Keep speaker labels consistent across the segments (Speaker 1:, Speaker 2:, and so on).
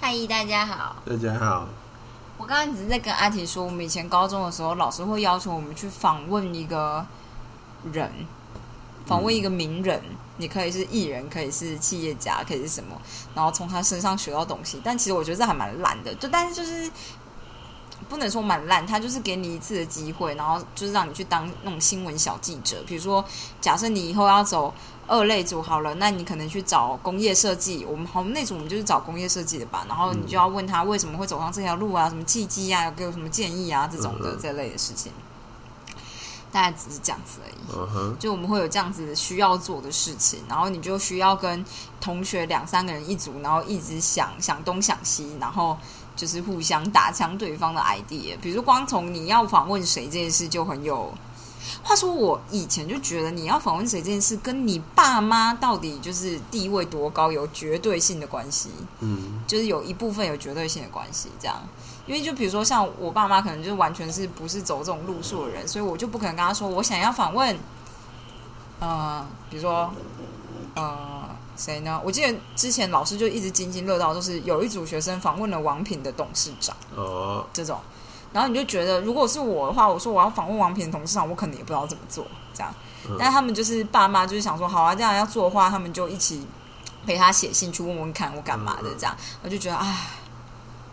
Speaker 1: 太一，大家好。
Speaker 2: 大家好，
Speaker 1: 我刚刚只是在跟阿铁说，我们以前高中的时候，老师会要求我们去访问一个人，访问一个名人，你可以是艺人，可以是企业家，可以是什么，然后从他身上学到东西。但其实我觉得这还蛮烂的，就但是就是不能说蛮烂，他就是给你一次的机会，然后就是让你去当那种新闻小记者。比如说，假设你以后要走。二类组好了，那你可能去找工业设计。我们好，我们那组我们就是找工业设计的吧。然后你就要问他为什么会走上这条路啊，什么契机啊，有给我什么建议啊，这种的
Speaker 2: 嗯
Speaker 1: 这类的事情。大概只是这样子而已。
Speaker 2: 嗯哼，
Speaker 1: 就我们会有这样子需要做的事情，然后你就需要跟同学两三个人一组，然后一直想想东想西，然后就是互相打枪对方的 idea。比如说，光从你要访问谁这件事就很有。话说，我以前就觉得你要访问谁这件事，跟你爸妈到底就是地位多高有绝对性的关系。
Speaker 2: 嗯
Speaker 1: 就是有一部分有绝对性的关系，这样。因为就比如说像我爸妈，可能就完全是不是走这种路数的人，所以我就不可能跟他说我想要访问，呃，比如说，呃，谁呢？我记得之前老师就一直津津乐道，就是有一组学生访问了王品的董事长
Speaker 2: 哦，
Speaker 1: 这种，然后你就觉得如果是我的话，我说我要访问王品的董事长，我可能也不知道怎么做这样
Speaker 2: 嗯。
Speaker 1: 但他们就是爸妈就是想说，好啊，这样要做的话，他们就一起陪他写信去问问看我干嘛的这样，我就觉得唉，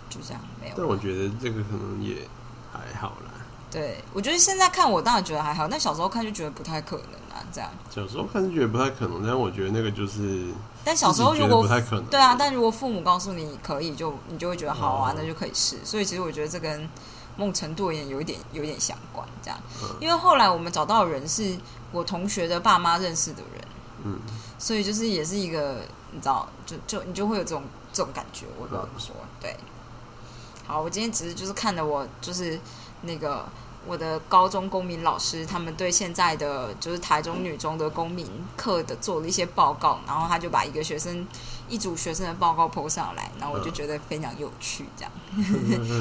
Speaker 1: 就这样没有
Speaker 2: 但。我觉得这个可能也还好啦。
Speaker 1: 对我觉得现在看我当然觉得还好，但小时候看就觉得不太可能啊这样。
Speaker 2: 小时候看是觉得不太可能，但我觉得那个就是
Speaker 1: 但小时候
Speaker 2: 自己
Speaker 1: 如
Speaker 2: 觉得
Speaker 1: 果
Speaker 2: 不太可能，
Speaker 1: 对啊，但如果父母告诉你可以，就你就会觉得好啊
Speaker 2: 哦，
Speaker 1: 那就可以试。所以其实我觉得这跟梦程度也有一点有一点相关，这样
Speaker 2: 嗯。
Speaker 1: 因为后来我们找到的人是我同学的爸妈认识的人，
Speaker 2: 嗯，
Speaker 1: 所以就是也是一个你知道，就就你就会有这种这种感觉，我不知道怎么说。对，好，我今天只是就是看了我就是那个我的高中公民老师，他们对现在的就是台中女中的公民课的做了一些报告，然后他就把一个学生一组学生的报告 PO 上来，然后我就
Speaker 2: 嗯
Speaker 1: 觉得非常有趣，这样。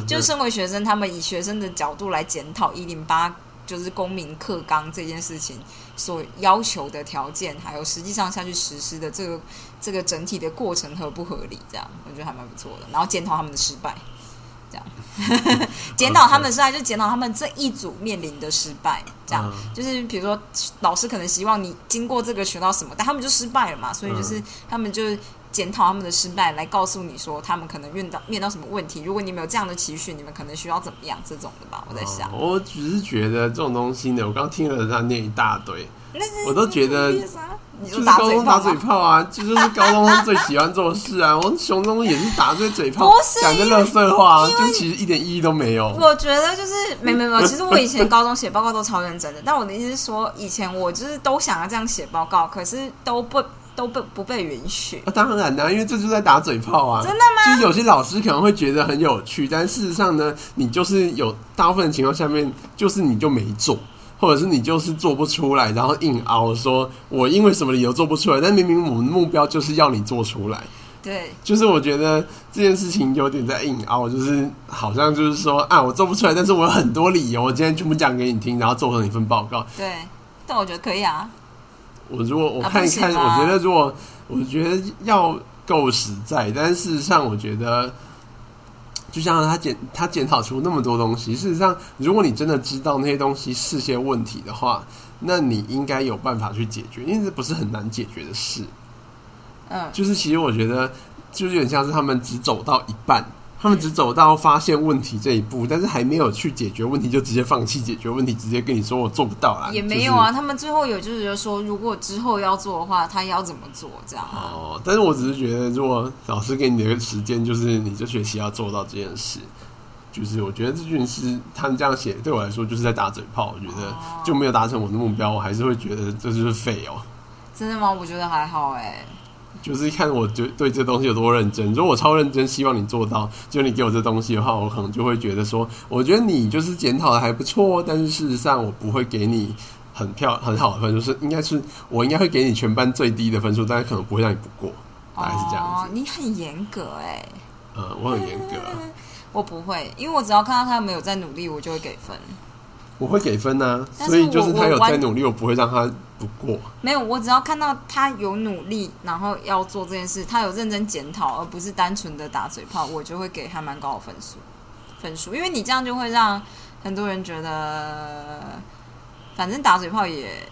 Speaker 1: 就身为学生，他们以学生的角度来检讨一零八就是公民课纲这件事情所要求的条件，还有实际上下去实施的这个这个整体的过程合不合理，这样我觉得还蛮不错的。然后检讨他们的失败，这样 检讨他们的失败，就检讨他们这一组面临的失败，这样。
Speaker 2: 嗯
Speaker 1: 就是比如说，老师可能希望你经过这个学到什么，但他们就失败了嘛，所以
Speaker 2: 嗯
Speaker 1: 就是他们就是检讨他们的失败，来告诉你说他们可能面到面到什么问题。如果你们有这样的期许，你们可能需要怎么样这种的吧？我在想，
Speaker 2: 哦我只是觉得这种东西呢，我刚听了他念一大堆，
Speaker 1: 那是
Speaker 2: 我都觉得
Speaker 1: 那是啥啊你
Speaker 2: 就
Speaker 1: 说
Speaker 2: 是
Speaker 1: 打
Speaker 2: 高
Speaker 1: 嘴
Speaker 2: 中
Speaker 1: 炮
Speaker 2: 打嘴
Speaker 1: 吗？
Speaker 2: 炮啊，这就是高中生最喜欢做的事啊。我熊中也是打这嘴炮
Speaker 1: 不，是
Speaker 2: 讲这垃圾话，啊就其实一点意义都没有。
Speaker 1: 我觉得就是没没没有，其实我以前高中写报告都超认真的，但我的意思是说，以前我就是都想要这样写报告，可是都不都不不被允许。
Speaker 2: 啊，当然啦、因为这就是在打嘴炮啊。
Speaker 1: 真的吗？
Speaker 2: 就是有些老师可能会觉得很有趣，但事实上呢，你就是有大部分情况下面，就是你就没做，或者是你就是做不出来，然后硬凹说我因为什么理由做不出来，但明明我们目标就是要你做出来。
Speaker 1: 对，
Speaker 2: 就是我觉得这件事情有点在硬凹，就是好像就是说啊，我做不出来，但是我有很多理由，我今天全部讲给你听，然后做成一份报告。
Speaker 1: 对，但我觉得可以啊。
Speaker 2: 我如果我
Speaker 1: 啊
Speaker 2: 看一看，
Speaker 1: 不行啊
Speaker 2: 我觉得如果我觉得要够实在，但事实上我觉得，就像他检他检讨出那么多东西，事实上，如果你真的知道那些东西是些问题的话，那你应该有办法去解决，因为这不是很难解决的事。
Speaker 1: 嗯，
Speaker 2: 就是其实我觉得，就是有点像是他们只走到一半，他们只走到发现问题这一步，但是还没有去解决问题，就直接放弃解决问题，直接跟你说我做不到啦，
Speaker 1: 也没有啊，他们最后有就是觉得说，如果之后要做的话，他要怎么做这样啊？
Speaker 2: 哦，但是我只是觉得，如果老师给你的时间，就是你这学期要做到这件事，就是我觉得这件事他们这样写，对我来说就是在打嘴炮。我觉得
Speaker 1: 哦
Speaker 2: 就没有达成我的目标，我还是会觉得这就是废哦。
Speaker 1: 真的吗？我觉得还好哎、
Speaker 2: 就是看我对对这东西有多认真。如果我超认真，希望你做到，就你给我这东西的话，我可能就会觉得说，我觉得你就是检讨的还不错，但是事实上我不会给你很漂很好的分数，是应该是我应该会给你全班最低的分数，但是可能不会让你不过，大概是这样
Speaker 1: 哦
Speaker 2: 子，。
Speaker 1: 你很严格哎、
Speaker 2: 嗯，我很严格啊，
Speaker 1: 我不会，因为我只要看到他没有在努力，我就会给分。
Speaker 2: 我会给分呐、啊
Speaker 1: 但是
Speaker 2: 所以就是他
Speaker 1: 我
Speaker 2: 有
Speaker 1: 我
Speaker 2: 在
Speaker 1: 完
Speaker 2: 努力，我不会让他不过，
Speaker 1: 没有，我只要看到他有努力，然后要做这件事，他有认真检讨，而不是单纯的打嘴炮，我就会给他蛮高的分数。分数，因为你这样就会让很多人觉得，反正打嘴炮也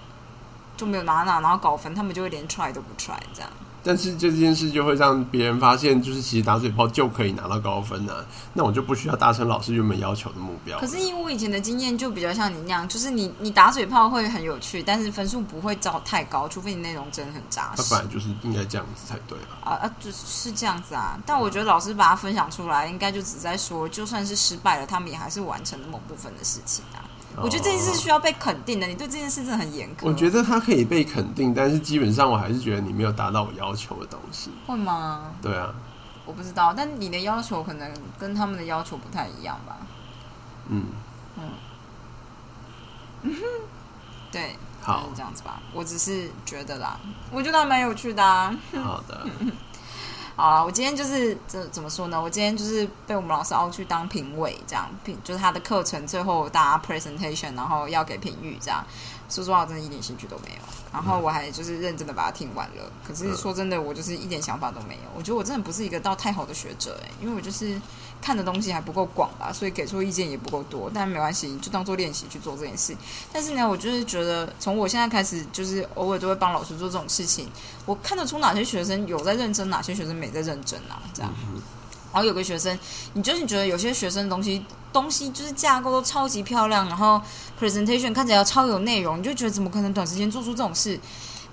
Speaker 1: 就没有拿到，然后搞分，他们就会连 try 都不 try 这样。
Speaker 2: 但是这件事就会让别人发现，就是其实打嘴炮就可以拿到高分啊，那我就不需要达成老师原本要求的目标了。
Speaker 1: 可是因为我以前的经验就比较像你那样，就是你你打嘴炮会很有趣，但是分数不会招太高，除非你内容真的很扎
Speaker 2: 他
Speaker 1: 实
Speaker 2: 本。来就是应该这样子才对啊。
Speaker 1: 啊啊，就是是这样子啊。但我觉得老师把它分享出来，应该就只在说，就算是失败了，他们也还是完成了某部分的事情啊。我觉得这件事
Speaker 2: 哦
Speaker 1: 是需要被肯定的，你对这件事真的很严苛。
Speaker 2: 我觉得他可以被肯定，但是基本上我还是觉得你没有达到我要求的东西。
Speaker 1: 会吗？
Speaker 2: 对啊，
Speaker 1: 我不知道，但你的要求可能跟他们的要求不太一样吧？
Speaker 2: 嗯，
Speaker 1: 对，
Speaker 2: 好
Speaker 1: 就是这样子吧。我只是觉得啦，我觉得还蛮有趣的啊。
Speaker 2: 好的，
Speaker 1: 好啊，我今天就是这怎么说呢？我今天就是被我们老师凹去当评委，这样评就是他的课程最后大家 presentation，然后要给评语这样。说实话，我真的一点兴趣都没有。然后我还就是认真的把它听完了。可是说真的，我就是一点想法都没有。我觉得我真的不是一个到太好的学者、欸，因为我就是看的东西还不够广吧，所以给出意见也不够多。但没关系，就当做练习去做这件事。但是呢，我就是觉得从我现在开始，就是偶尔都会帮老师做这种事情。我看得出哪些学生有在认真，哪些学生没在认真啊，这样。然后有个学生，你就是觉得有些学生的东西东西就是架构都超级漂亮，然后 presentation 看起来超有内容，你就觉得怎么可能短时间做出这种事？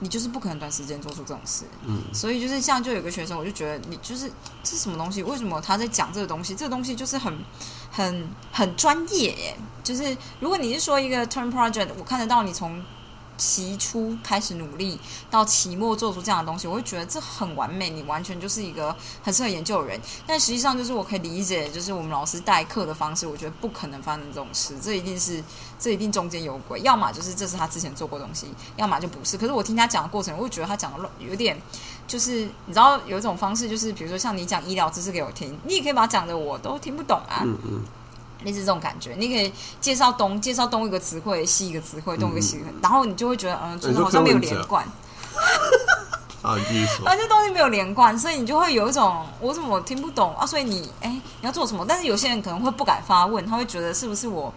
Speaker 1: 你就是不可能短时间做出这种事。
Speaker 2: 嗯，
Speaker 1: 所以就是像就有个学生，我就觉得你就是这是什么东西？为什么他在讲这个东西？这个东西就是很很很专业耶。就是如果你是说一个 turn project，我看得到你从期初开始努力，到期末做出这样的东西，我会觉得这很完美，你完全就是一个很适合研究的人。但实际上，就是我可以理解，就是我们老师代课的方式，我觉得不可能发生这种事，这一定是这一定中间有鬼，要么就是这是他之前做过的东西，要么就不是。可是我听他讲的过程，我会觉得他讲的乱有点。就是你知道有一种方式，就是比如说像你讲医疗知识给我听，你也可以把它讲的我都听不懂啊。
Speaker 2: 嗯嗯，
Speaker 1: 类似这种感觉，你可以介绍东介绍东一个词汇，西一个词汇，东一个西一个，然后你就会觉得，嗯，就是好像没有连贯，
Speaker 2: 好，你继续说
Speaker 1: 啊，。这东西没有连贯，所以你就会有一种我怎么听不懂啊？所以你，哎、你要做什么？但是有些人可能会不敢发问，他会觉得是不是我，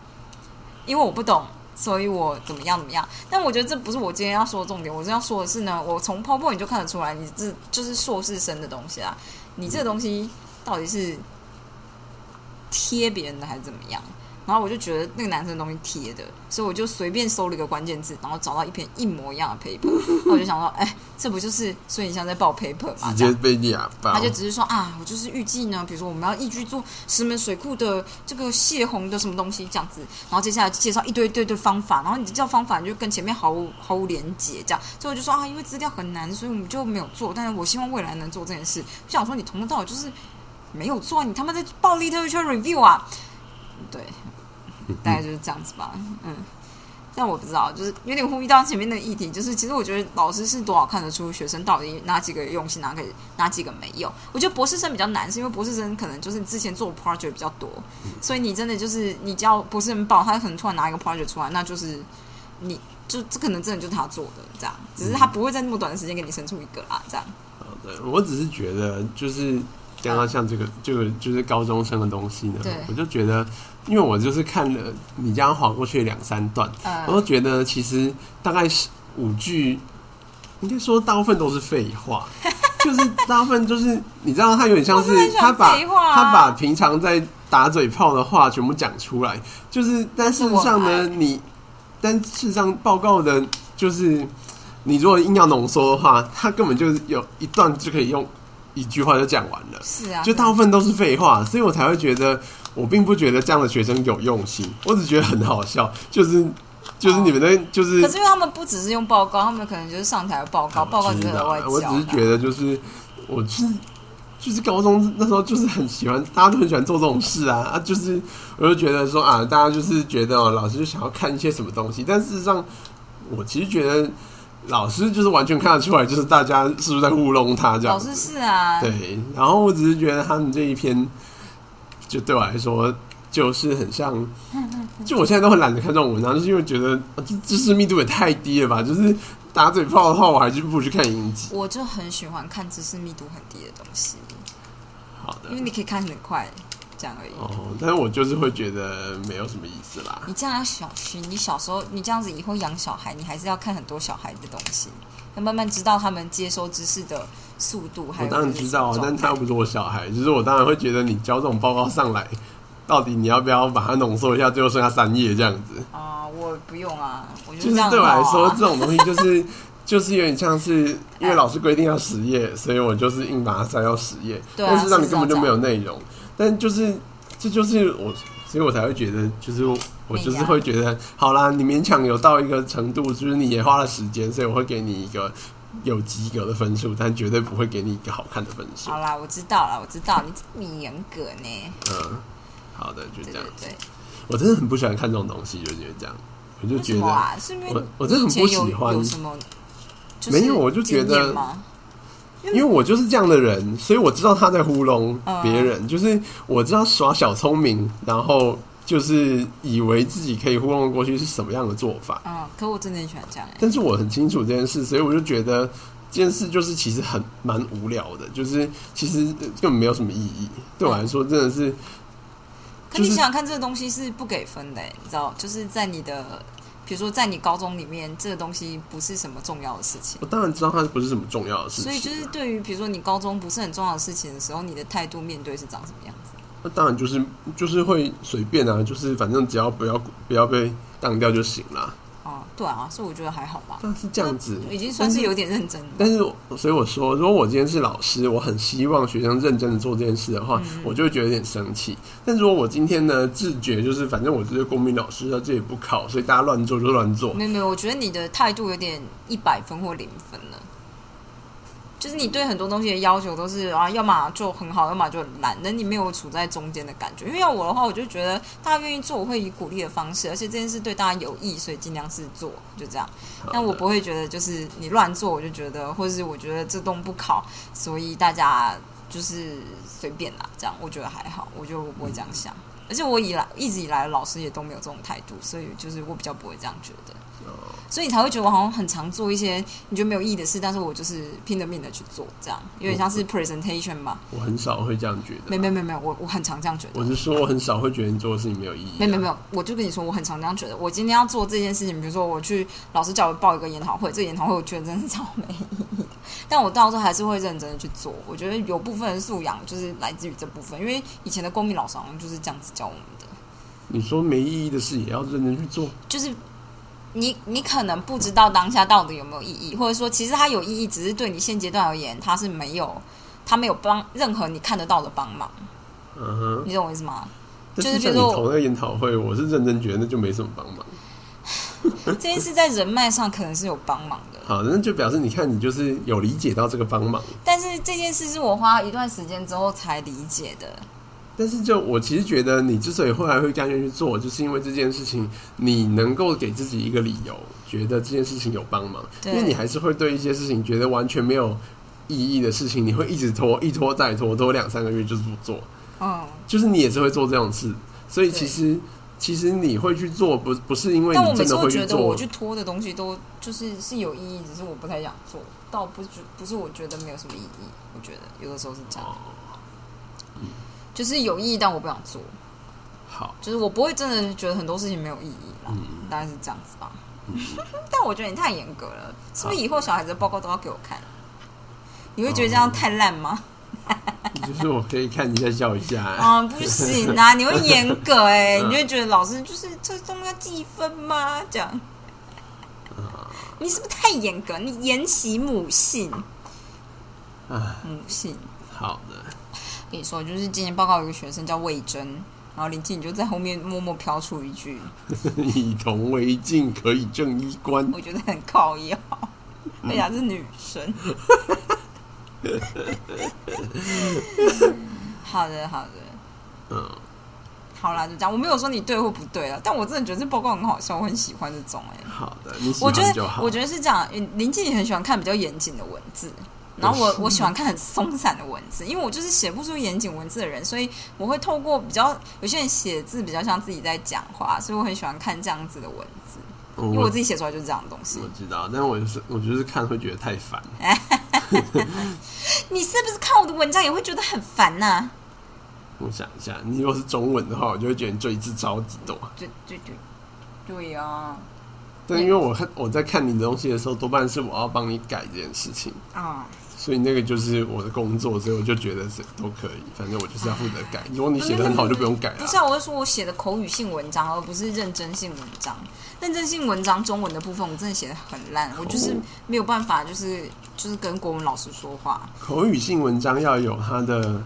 Speaker 1: 因为我不懂，所以我怎么样怎么样？但我觉得这不是我今天要说的重点，我是要说的是呢，我从 PowerPoint 就看得出来，你这就是硕士生的东西啊，你这个东西到底是贴别人的还是怎么样？然后我就觉得那个男生的东西贴的，所以我就随便搜了一个关键字，然后找到一篇一模一样的 paper，然后我就想说，哎、这不就是孙以翔在报 paper 嘛？
Speaker 2: 直
Speaker 1: 这
Speaker 2: 接
Speaker 1: 样
Speaker 2: 被哑巴
Speaker 1: 他就，只是说啊，我就是预计呢，比如说我们要依据做石门水库的这个泄洪的什么东西这样子，然后接下来介绍一堆一堆一堆方法，然后你这方法你就跟前面毫无毫无连结这样，所以我就说啊，因为资料很难，所以我们就没有做，但是我希望未来能做这件事。我想说你从头到尾就是没有做，你他妈在暴力特区 review 啊，对，大概就是这样子吧，嗯。但我不知道，就是有点呼吁到前面的议题，就是其实我觉得老师是多少看得出学生到底哪几个用心，哪个哪几个没有。我觉得博士生比较难，是因为博士生可能就是之前做 project 比较多，
Speaker 2: 嗯
Speaker 1: 所以你真的就是你只要博士生报，他可能突然拿一个 project 出来，那就是你就这可能真的就是他做的这样，只是
Speaker 2: 嗯
Speaker 1: 他不会在那么短的时间给你生出一个啦，这样。
Speaker 2: 好的，我只是觉得就是。刚刚像这个这个就是高中生的东西呢
Speaker 1: 对，
Speaker 2: 我就觉得，因为我就是看了你这样晃过去两三段，我
Speaker 1: 呃
Speaker 2: 都，觉得其实大概是五句，应该说大部分都是废 话，就是大部分就是你知道，他有点像是
Speaker 1: 我真的很喜欢
Speaker 2: 他把
Speaker 1: 废话啊
Speaker 2: 他把平常在打嘴炮的话全部讲出来，就是但事实上
Speaker 1: 这我
Speaker 2: 呢，你但事实上报告的就是你如果硬要浓缩的话，他根本就是有一段就可以用一句话就讲完了。
Speaker 1: 是啊，
Speaker 2: 就大部分都是废话，所以我才会觉得，我并不觉得这样的学生有用心，我只觉得很好笑， 就是就是你们的，就是
Speaker 1: 哦可是因为他们不只是用报告，他们可能就是上台报告，报告只是额外
Speaker 2: 啊我只
Speaker 1: 教
Speaker 2: 是
Speaker 1: 的啊。
Speaker 2: 觉得就是我就是。就是高中那时候，就是很喜欢，大家都很喜欢做这种事啊啊！就是我就觉得说啊，大家就是觉得、哦、老师就想要看一些什么东西，但事实上，我其实觉得老师就是完全看得出来，就是大家是不是在糊弄他这样
Speaker 1: 老
Speaker 2: 子。
Speaker 1: 师是啊，
Speaker 2: 对，然后我只是觉得他们这一篇，就对我来说，就是很像，就我现在都很懒得看这种文章，就是因为觉得啊这知识密度也太低了吧，就是打嘴炮的话，我还是不如去看影集。
Speaker 1: 我就很喜欢看知识密度很低的东西，
Speaker 2: 好的
Speaker 1: 因为，你可以看很快，这样而已。
Speaker 2: 哦，但是我就是会觉得没有什么意思啦。
Speaker 1: 你这样要小心，你小时候你这样子以后养小孩，你还是要看很多小孩的东西，要慢慢知道他们接收知识的速度。还
Speaker 2: 我
Speaker 1: 有
Speaker 2: 当然知道啊，但他又不是我小孩，就是我当然会觉得你交这种报告上来，到底你要不要把它浓缩一下，最后剩下三页这样子？
Speaker 1: 啊、我不用啊，我
Speaker 2: 就
Speaker 1: 就是这样、
Speaker 2: 对我来说，这，种东西就是 就是有点像是，因为老师规定要十页，所以我就是硬把它塞到十页，
Speaker 1: 对啊
Speaker 2: 但是让你根本
Speaker 1: 是这
Speaker 2: 就
Speaker 1: 样
Speaker 2: 没有内容。但就是这就是我，所以我才会觉得，就是我我就是会觉得，好啦，你勉强有到一个程度，就是你也花了时间，所以我会给你一个有及格的分数，但绝对不会给你一个好看的分数
Speaker 1: 好。啦，我知道了，我知道你你严格呢，
Speaker 2: 嗯，好的，就
Speaker 1: 对
Speaker 2: 这
Speaker 1: 对
Speaker 2: 样。
Speaker 1: 对，
Speaker 2: 我真的很不喜欢看这种东西，就是因为这样，我就
Speaker 1: 为什
Speaker 2: 觉得
Speaker 1: 么啊？是因为
Speaker 2: 我
Speaker 1: 你
Speaker 2: 我真的很
Speaker 1: 以前
Speaker 2: 不喜
Speaker 1: 有
Speaker 2: 欢
Speaker 1: 有什么？就
Speaker 2: 没
Speaker 1: 是
Speaker 2: 有我就觉得
Speaker 1: 经验吗
Speaker 2: 因为我就是这样的人，所以我知道他在糊弄
Speaker 1: 嗯
Speaker 2: 别人，就是我知道耍小聪明，然后就是以为自己可以糊弄过去是什么样的做法。
Speaker 1: 嗯，可我真的很喜欢这样哎、
Speaker 2: 但是我很清楚这件事，所以我就觉得这件事就是其实很蛮无聊的，就是其实根本没有什么意义。对我来说，真的是
Speaker 1: 可你
Speaker 2: 就是
Speaker 1: 想想看，这个东西是不给分的、欸，你知道？就是在你的，比如说在你高中里面，这个东西不是什么重要的事情，
Speaker 2: 我当然知道它不是什么重要的事情，啊
Speaker 1: 所以就是对于比如说你高中不是很重要的事情的时候，你的态度面对是长什么样子？
Speaker 2: 那当然就是就是会随便啊，就是反正只要不要不要被当掉就行啦。
Speaker 1: 哦、对啊，所以我觉得还好吧，
Speaker 2: 但是这样子
Speaker 1: 已经算是有点认真了。
Speaker 2: 但是我，所以我说，如果我今天是老师，我很希望学生认真的做这件事的话，
Speaker 1: 嗯
Speaker 2: 我就会觉得有点生气。但如果我今天呢，自觉就是反正我就是公民老师，他这也不考，所以大家乱做就乱做。
Speaker 1: 没有没有，我觉得你的态度有点一百分或零分了。就是你对很多东西的要求都是啊，要么就很好，要么就很烂，那你没有处在中间的感觉。因为要我的话，我就觉得大家愿意做，我会以鼓励的方式，而且这件事对大家有益，所以尽量是做，就这样。但我不会觉得就是你乱做，我就觉得，或是我觉得这栋不考，所以大家就是随便啦，这样我觉得还好，我觉得我不会这样想。而且我以来一直以来的老师也都没有这种态度，所以就是我比较不会这样觉得。所以你才会觉得我好像很常做一些你觉得没有意义的事，但是我就是拼了命的去做，这样有点像是 presentation 嘛。
Speaker 2: 我很少会这样觉
Speaker 1: 没
Speaker 2: 得。
Speaker 1: 没没没有，我我很常这样觉得。
Speaker 2: 啊我是说，我很少会觉得你做的事情没有意义、
Speaker 1: 没没没有，我就跟你说，我很常这样觉得。我今天要做这件事情，比如说我去老师叫我报一个研讨会，这个研讨会我觉得真是 超没意义的，但我到时候还是会认真的去做。我觉得有部分的素养就是来自于这部分，因为以前的公民老师好像就是这样子教我们的，
Speaker 2: 你说没意义的事也要认真去做。
Speaker 1: 就是你你可能不知道当下到底有没有意义，或者说其实它有意义，只是对你现阶段而言它是没有，它没有帮任何你看得到的帮忙，
Speaker 2: 嗯哼，
Speaker 1: 你懂我意思吗？就是
Speaker 2: 但
Speaker 1: 比
Speaker 2: 像
Speaker 1: 如
Speaker 2: 你
Speaker 1: 说
Speaker 2: 投那个研讨会，我是认真觉得那就没什么帮忙。
Speaker 1: 这件事在人脉上可能是有帮忙的。
Speaker 2: 好，那就表示你看你就是有理解到这个帮忙。
Speaker 1: 但是这件事是我花一段时间之后才理解的。
Speaker 2: 但是，就我其实觉得，你之所以后来会甘愿去做，就是因为这件事情，你能够给自己一个理由，觉得这件事情有帮忙，因
Speaker 1: 对
Speaker 2: 为你还是会对一些事情觉得完全没有意义的事情，你会一直拖，一拖再拖，拖两三个月就是不做，
Speaker 1: 嗯，
Speaker 2: 就是你也是会做这种事，所以
Speaker 1: 对
Speaker 2: 其实其实你会去做，不不是因为
Speaker 1: 但我
Speaker 2: 你
Speaker 1: 每
Speaker 2: 真
Speaker 1: 次
Speaker 2: 的
Speaker 1: 会
Speaker 2: 会
Speaker 1: 觉
Speaker 2: 去
Speaker 1: 得
Speaker 2: 做，
Speaker 1: 我去拖的东西都就是是有意义，只是我不太想做，倒不是不是我觉得没有什么意义，我觉得有的时候是这
Speaker 2: 哦
Speaker 1: 样，就是有意义，但我不想做，
Speaker 2: 好，
Speaker 1: 就是我不会真的觉得很多事情没有意义啦，大概是这样子吧。 但我觉得你太严格了，是不是以后小孩子的报告都要给我看？你会觉得这样太烂吗？
Speaker 2: 就是我可以看一下笑一下，
Speaker 1: 啊，不行啊！你会严格哎、
Speaker 2: 哦嗯
Speaker 1: 你会觉得老师就是这东西要计分吗？这样，你是不是太严格？你沿袭母性，
Speaker 2: 啊，
Speaker 1: 母性。
Speaker 2: 好的，
Speaker 1: 跟你说，就是今年报告有个学生叫魏征，然后林静就在后面默默飘出一句，
Speaker 2: 以铜为镜，可以正衣冠，
Speaker 1: 我觉得很靠腰，而且还是女生。好的，好的。
Speaker 2: 嗯。
Speaker 1: 好啦，就这样。我没有说你对或不对啊，但我真的觉得这报告很好笑，我很喜欢这种哎、
Speaker 2: 好的，你喜
Speaker 1: 我
Speaker 2: 欢
Speaker 1: 觉得
Speaker 2: 就，好。
Speaker 1: 我觉得是这样。嗯林静也很喜欢看比较严谨的文字，然后 我我喜欢看很松散的文字，因为我就是写不出严谨文字的人，所以我会透过比较有些人写字比较像自己在讲话，所以我很喜欢看这样子的文字。
Speaker 2: 嗯我
Speaker 1: 因为我自己写出来就是这样的东西
Speaker 2: 我。知道，但我就是我就是看会觉得太烦。
Speaker 1: 你是不是看我的文章也会觉得很烦呐、
Speaker 2: 我想一下，你如果是中文的话，我就会觉得你赘字超级多。
Speaker 1: 对对对，对呀、啊，
Speaker 2: 但因为我看我在看你的东西的时候，多半是我要帮你改这件事情，
Speaker 1: 啊、
Speaker 2: 所以那个就是我的工作，所以我就觉得这都可以，反正我就是要负责改。如果你写的很好，就不用改了
Speaker 1: 不。是啊，我是说我写的口语性文章，而不是认真性文章。认真性文章中文的部分，我真的写的很烂，我就是
Speaker 2: 哦
Speaker 1: 没有办法，就是就是跟国文老师说话。
Speaker 2: 口语性文章要有它的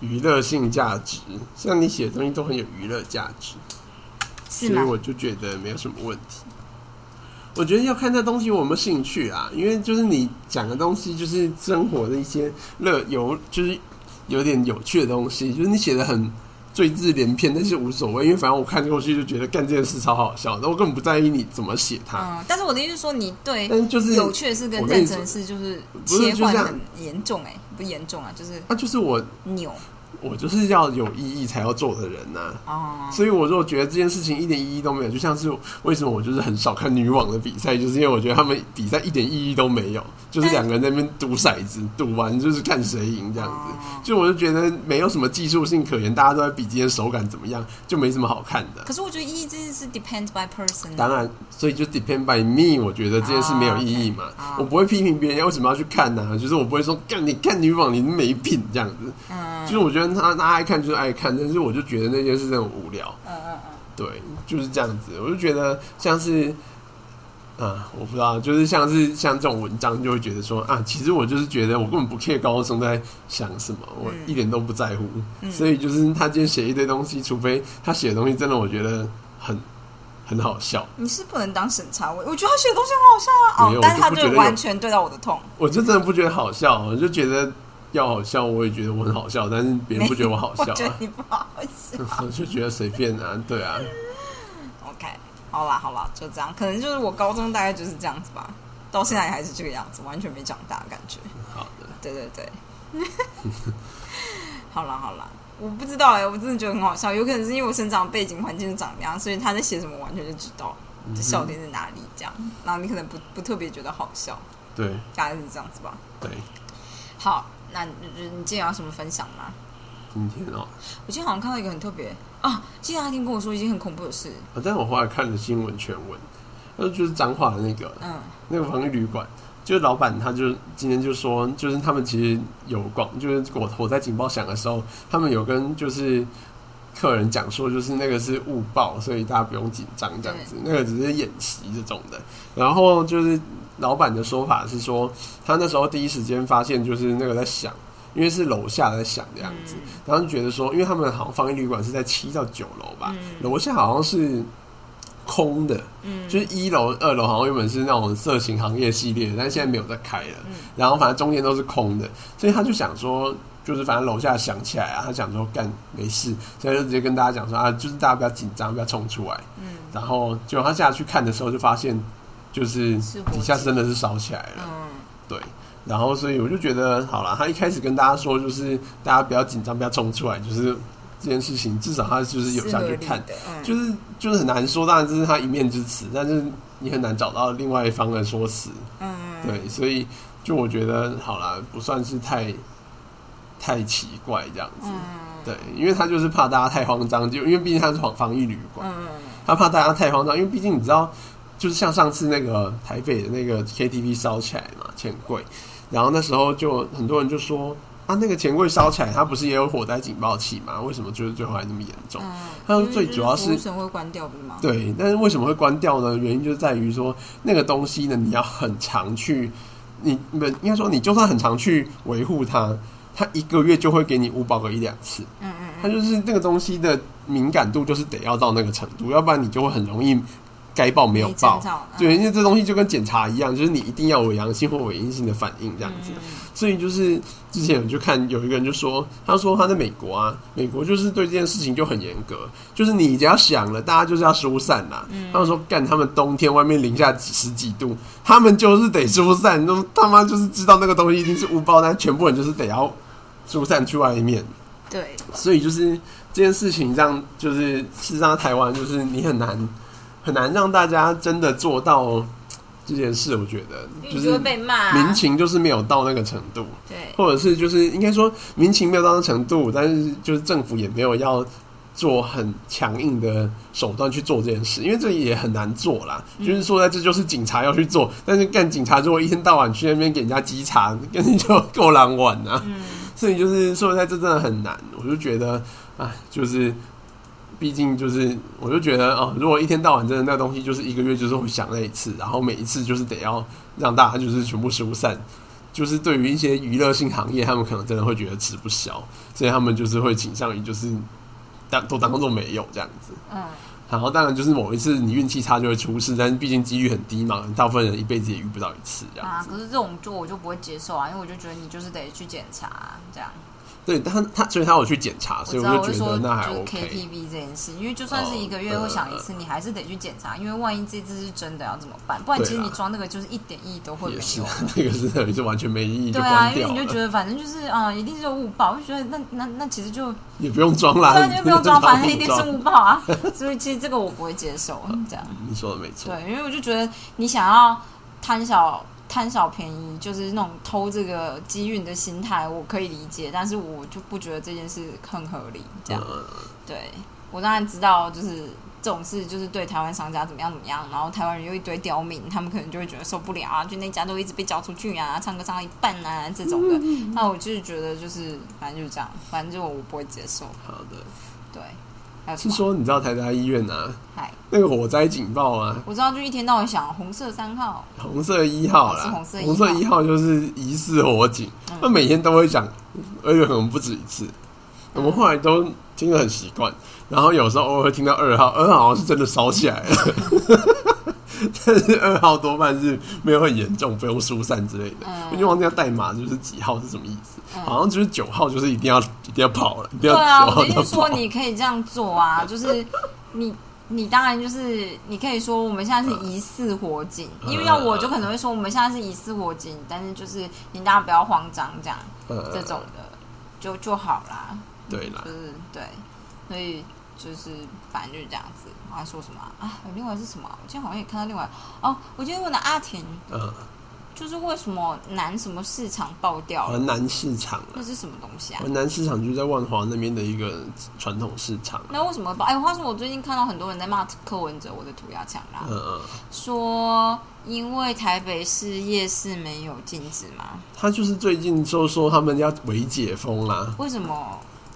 Speaker 2: 娱乐性价值，像你写的东西都很有娱乐价值，
Speaker 1: 是
Speaker 2: 所以
Speaker 1: 吗？
Speaker 2: 我就觉得没有什么问题。我觉得要看这东西我有没有兴趣啊，因为就是你讲的东西，就是生活的一些乐有，就是有点有趣的东西，就是你写的很赘字连篇，但是无所谓，因为反正我看过去就觉得干这件事超好笑的，我根本不在意你怎么写它。
Speaker 1: 嗯，但是我的意思是说，你对
Speaker 2: 但是就是
Speaker 1: 有趣的事跟
Speaker 2: 我跟
Speaker 1: 认
Speaker 2: 你
Speaker 1: 真的事就是
Speaker 2: 不是
Speaker 1: 切换
Speaker 2: 就像
Speaker 1: 很严重、哎，不严重啊，就是
Speaker 2: 啊，就是我
Speaker 1: 扭
Speaker 2: 我就是要有意义才要做的人呐、
Speaker 1: 啊。
Speaker 2: 所以我说，觉得这件事情一点意义都没有，就像是为什么我就是很少看女网的比赛，就是因为我觉得他们比赛一点意义都没有，就是两个人在那边赌骰子，赌完就是看谁赢这样子。就我就觉得没有什么技术性可言，大家都在比今天手感怎么样，就没什么好看的。
Speaker 1: 可是我觉得意义这件事 depends by person 啊。
Speaker 2: 当然，所以就 depend by me，我觉得这件事没有意义嘛。
Speaker 1: 啊，OK，啊
Speaker 2: 我不会批评别人为什么要去看呢、就是我不会说干你看女网你没品这样子。
Speaker 1: 嗯
Speaker 2: 就是我觉得他他爱看就是爱看，但是我就觉得那件事真的很无聊。
Speaker 1: 嗯嗯嗯，
Speaker 2: 对，就是这样子。我就觉得像是，啊，我不知道，就是像是像这种文章，就会觉得说啊，其实我就是觉得我根本不 care 高中生在想什么，我
Speaker 1: 嗯
Speaker 2: 一点都不在乎。
Speaker 1: 嗯
Speaker 2: 所以就是他今天写一堆东西，除非他写的东西真的我觉得很很好笑，
Speaker 1: 你是不能当审查委，我觉得他写的东西很好笑啊。哦
Speaker 2: 没有，
Speaker 1: 但是他
Speaker 2: 我就不
Speaker 1: 就
Speaker 2: 觉得有
Speaker 1: 完全对到我的痛。
Speaker 2: 我就真的不觉得好笑，我就觉得要好笑，我也觉得我很好笑，但是别人不觉得我好
Speaker 1: 我
Speaker 2: 笑、
Speaker 1: 觉得
Speaker 2: 啊，
Speaker 1: 你不好笑。
Speaker 2: 我就觉得随便啊，对啊。
Speaker 1: OK，好啦好啦，就这样。可能就是我高中大概就是这样子吧，到现在也还是这个样子，完全没长大的感觉。
Speaker 2: 好的，
Speaker 1: 对对对， 好啦好啦，我不知道哎、我真的觉得很好笑，有可能是因为我生长背景环境是长那样，所以他在写什么我完全就知道，
Speaker 2: 嗯
Speaker 1: 就笑点在哪里这样。然后你可能不不特别觉得好笑，
Speaker 2: 对
Speaker 1: 大概是这样子吧。
Speaker 2: 对，
Speaker 1: 好，那你你今天有什么分享吗？
Speaker 2: 今天哦、
Speaker 1: 我今天好像看到一个很特别啊，今天阿婷跟我说一件很恐怖的事，
Speaker 2: 啊，但我后来看了新闻全文，那就是彰化的那个
Speaker 1: 嗯
Speaker 2: 那个防疫旅馆，就是老板他就今天就说，就是他们其实有广，就是火火灾警报响的时候，他们有跟就是客人讲说，就是那个是误报，所以大家不用紧张这样子，那个只是演习这种的。然后就是老板的说法是说，他那时候第一时间发现就是那个在响，因为是楼下在响这样子，然后就觉得说，因为他们好像防疫旅馆是在七到九楼吧，
Speaker 1: 嗯
Speaker 2: 楼下好像是空的，
Speaker 1: 嗯，
Speaker 2: 就是一楼、二楼好像原本是那种色情行业系列的，但现在没有在开了。
Speaker 1: 嗯
Speaker 2: 然后反正中间都是空的，所以他就想说，就是反正楼下响起来啊，他想说干没事，所以他就直接跟大家讲说啊，就是大家不要紧张，不要冲出来。
Speaker 1: 嗯
Speaker 2: 然后结果他下去看的时候，就发现就是
Speaker 1: 是火
Speaker 2: 底下
Speaker 1: 警
Speaker 2: 真的是烧起来了。
Speaker 1: 嗯
Speaker 2: 对，然后所以我就觉得好了，他一开始跟大家说就是大家不要紧张，不要冲出来，就是这件事情至少他就是有下
Speaker 1: 是合
Speaker 2: 去
Speaker 1: 理
Speaker 2: 看。
Speaker 1: 的，嗯，
Speaker 2: 就是就是很难说，当然这是他一面之词，但是你很难找到另外一方的说辞。
Speaker 1: 嗯
Speaker 2: 对，所以就我觉得好啦，不算是太太奇怪这样子。
Speaker 1: 嗯
Speaker 2: 对，因为他就是怕大家太慌张，就因为毕竟他是防防疫旅馆，
Speaker 1: 嗯
Speaker 2: 他怕大家太慌张，因为毕竟你知道，就是像上次那个台北的那个 KTV 烧起来嘛，钱柜，然后那时候就很多人就说。啊，那个钱柜烧起来，它不是也有火灾警报器吗？为什么就是最后还那么严重？
Speaker 1: 嗯，
Speaker 2: 他说最主要是
Speaker 1: 因为就是服务神会关掉，不是吗？
Speaker 2: 对，但是为什么会关掉呢？原因就在于说那个东西呢，你要很常去，你你们应该说你就算很常去维护它，它一个月就会给你五保个一两次。
Speaker 1: 嗯嗯
Speaker 2: 它就是这个东西的敏感度，就是得要到那个程度，要不然你就会很容易该报没有
Speaker 1: 没征
Speaker 2: 报
Speaker 1: 兆。嗯
Speaker 2: 对，因为这东西就跟检查一样，就是你一定要有阳性或伪阴性的反应这样
Speaker 1: 嗯
Speaker 2: 子。所以就是之前我就看有一个人就说，他说他在美国啊，美国就是对这件事情就很严格，就是你只要想了，大家就是要疏散啦。
Speaker 1: 嗯
Speaker 2: 他们说干，他们冬天外面零下几十几度，他们就是得疏散，那么他妈就是知道那个东西一定是误报，但全部人就是得要疏散去外面。
Speaker 1: 对，
Speaker 2: 所以就是这件事情让就是是让台湾就是你很难。很难让大家真的做到这件事。我觉得
Speaker 1: 因为
Speaker 2: 就
Speaker 1: 你就会
Speaker 2: 是
Speaker 1: 被骂啊、
Speaker 2: 民情就是没有到那个程度，
Speaker 1: 对，
Speaker 2: 或者是就是应该说民情没有到那个程度，但是就是政府也没有要做很强硬的手段去做这件事，因为这也很难做啦。就是说，在这就是警察要去做，但是干警察如果一天到晚去那边给人家稽查，跟你就够难玩啊。所以就是说，在这真的很难，我就觉得啊，就是。毕竟就是，我就觉得哦，如果一天到晚真的那东西，就是一个月就是会想那一次，然后每一次就是得要让大家就是全部疏散，就是对于一些娱乐性行业，他们可能真的会觉得吃不消，所以他们就是会倾向于就是当都当做没有这样子。
Speaker 1: 嗯，
Speaker 2: 然后当然就是某一次你运气差就会出事，但是毕竟几率很低嘛，大部分人一辈子也遇不到一次这样
Speaker 1: 啊，
Speaker 2: 子。
Speaker 1: 可是这种就我就不会接受啊，因为我就觉得你就是得去检查啊、这样。
Speaker 2: 对，但他他所以他有去检查，
Speaker 1: 我
Speaker 2: 所
Speaker 1: 知
Speaker 2: 以
Speaker 1: 道，
Speaker 2: 我
Speaker 1: 我
Speaker 2: 就
Speaker 1: 就
Speaker 2: 觉
Speaker 1: 说
Speaker 2: 得那还
Speaker 1: 是
Speaker 2: OK。哦
Speaker 1: KTV 这件事，因为就算是一个月会想一次，你还是得去检查，因为万一这次是真的要怎么办？不然其实
Speaker 2: 对啦
Speaker 1: 你装那个就是一点意义都会没
Speaker 2: 也是
Speaker 1: 有。，
Speaker 2: 那个是等于是完全没意义，就
Speaker 1: 对啊，
Speaker 2: 关
Speaker 1: 因为
Speaker 2: 掉
Speaker 1: 你就
Speaker 2: 了，
Speaker 1: 觉得反正就是啊、一定是有误报，我就觉得那那那其实就对
Speaker 2: 也不用装 啦，
Speaker 1: 啊，你就不用装，反正一定
Speaker 2: 装
Speaker 1: 是误报啊。 所以其实这个我不会接受，啊这样
Speaker 2: 你说的没错，
Speaker 1: 对，因为我就觉得你想要贪小贪小便宜，就是那种偷这个机运的心态，我可以理解，但是我就不觉得这件事很合理，这样。
Speaker 2: 嗯
Speaker 1: 对我当然知道，就是这种事，就是对台湾商家怎么样怎么样，然后台湾人又一堆刁民，他们可能就会觉得受不了啊，就那家都一直被叫出去啊，唱歌唱到一半啊这种的。那我就是觉得，就是反正就是这样，反正就我不会接受。
Speaker 2: 好的。
Speaker 1: 对，还有什
Speaker 2: 是
Speaker 1: 么？
Speaker 2: 说你知道台大医院啊，
Speaker 1: 嗨，
Speaker 2: 那个火灾警报啊，
Speaker 1: 我知道，就一天到晚想红色三号，
Speaker 2: 红色一号
Speaker 1: 哦是
Speaker 2: 啦，
Speaker 1: 红色一号
Speaker 2: 一号就是疑似火警
Speaker 1: 嗯，
Speaker 2: 那、每天都会讲，哎而且可能不止一次。
Speaker 1: 嗯
Speaker 2: 我们后来都听得很习惯，然后有时候偶尔会听到二号，二号好像是真的烧起来了， 但是二号多半是没有很严重，不用疏散之类的。
Speaker 1: 嗯
Speaker 2: 我就忘记它代码就是几号是什么意思，
Speaker 1: 嗯
Speaker 2: 好像就是九号就是一定要一定要跑了，一
Speaker 1: 对
Speaker 2: 定要
Speaker 1: 啊，
Speaker 2: 九
Speaker 1: 我
Speaker 2: 号
Speaker 1: 的意
Speaker 2: 要
Speaker 1: 思是
Speaker 2: 跑
Speaker 1: 说。你可以这样做 啊，就是你你当然就是你可以说我们现在是疑似火警，
Speaker 2: 嗯
Speaker 1: 因为要我就可能会说我们现在是疑似火警，但是就是你大家不要慌张这样
Speaker 2: 呃
Speaker 1: 这种的就就好啦，
Speaker 2: 对啦
Speaker 1: 就，是对，所以就是反正就是这样子。我还说什么啊？啊有另外是什么啊、我今天好像也看到另外哦，我今天问了阿婷，
Speaker 2: 嗯，
Speaker 1: 就是为什么南什么市场爆掉了，
Speaker 2: 环南市场啊
Speaker 1: 那，是什么东西啊？
Speaker 2: 环南市场就在万华那边的一个传统市场啊，
Speaker 1: 那为什么？哎，话说我最近看到很多人在骂柯文哲，我的涂鸦墙啦，
Speaker 2: 嗯嗯。
Speaker 1: 说因为台北市夜市没有禁止嘛，
Speaker 2: 他就是最近就说他们要微解封啦，
Speaker 1: 为什么？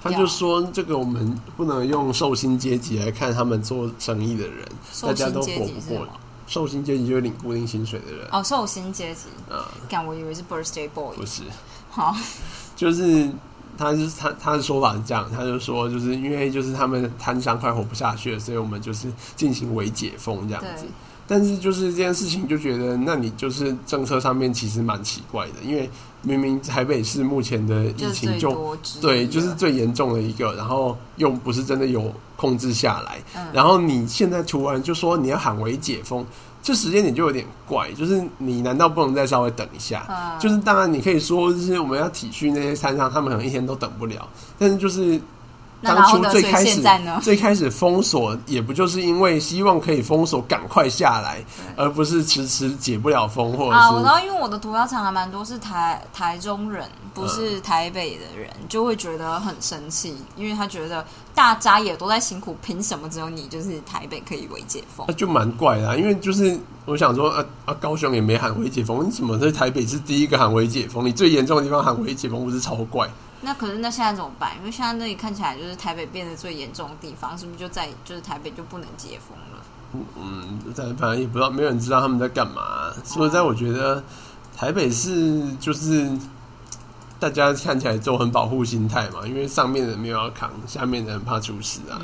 Speaker 2: 他就说这个我们不能用寿星阶级来看他们做生意的人，
Speaker 1: 寿
Speaker 2: 大家
Speaker 1: 星
Speaker 2: 都
Speaker 1: 阶
Speaker 2: 活
Speaker 1: 级
Speaker 2: 不
Speaker 1: 是什
Speaker 2: 过
Speaker 1: 么？。
Speaker 2: 寿星阶级就是领固定薪水的人
Speaker 1: 哦，寿星阶级，
Speaker 2: 啊、
Speaker 1: 干我以为是 birthday
Speaker 2: 不
Speaker 1: boy。
Speaker 2: 是，
Speaker 1: 好，
Speaker 2: 就是他是他他的说法是这样，他就说就是因为就是他们摊商快活不下去了，所以我们就是进行微解封这样子
Speaker 1: 对。，
Speaker 2: 但是就是这件事情，就觉得那你就是政策上面其实蛮奇怪的，因为明明台北市目前的
Speaker 1: 就
Speaker 2: 疫
Speaker 1: 是
Speaker 2: 情
Speaker 1: 最
Speaker 2: 就
Speaker 1: 多之一
Speaker 2: 对，就是
Speaker 1: 了
Speaker 2: 最严重的一个，然后又不是真的有控制下来，
Speaker 1: 嗯
Speaker 2: 然后你现在突然就说你要喊为解封，这时间点就有点怪，就是你难道不能再稍微等一下？
Speaker 1: 嗯
Speaker 2: 就是当然你可以说，就是我们要体恤那些摊商，他们可能一天都等不了，但是就是
Speaker 1: 那
Speaker 2: 当
Speaker 1: 然后
Speaker 2: 初
Speaker 1: 呢？所
Speaker 2: 最
Speaker 1: 以
Speaker 2: 开
Speaker 1: 现
Speaker 2: 始
Speaker 1: 在呢？
Speaker 2: 最开始封锁也不就是因为希望可以封锁赶快下来，而不是迟迟解不了封或者
Speaker 1: 啊，我知
Speaker 2: 是。
Speaker 1: 道，因为我的涂鸦厂还蛮多是台台中人，不是
Speaker 2: 嗯
Speaker 1: 台北的人，就会觉得很生气，因为他觉得大家也都在辛苦，凭什么只有你就是台北可以为解封
Speaker 2: 那？就蛮怪的、啊，因为就是我想说，啊啊，高雄也没喊为解封，你怎么在台北是第一个喊为解封？你最严重的地方喊为解封，不是超怪？
Speaker 1: 那可是那现在怎么办？因为现在那里看起来就是台北变得最严重的地方，是不是就在就是台北就不能解封了？
Speaker 2: 嗯，但反正也不知道，没有人知道他们在干嘛、所以在我觉得台北市就是大家看起来都很保护心态嘛，因为上面的人没有要扛，下面的人怕出事啊。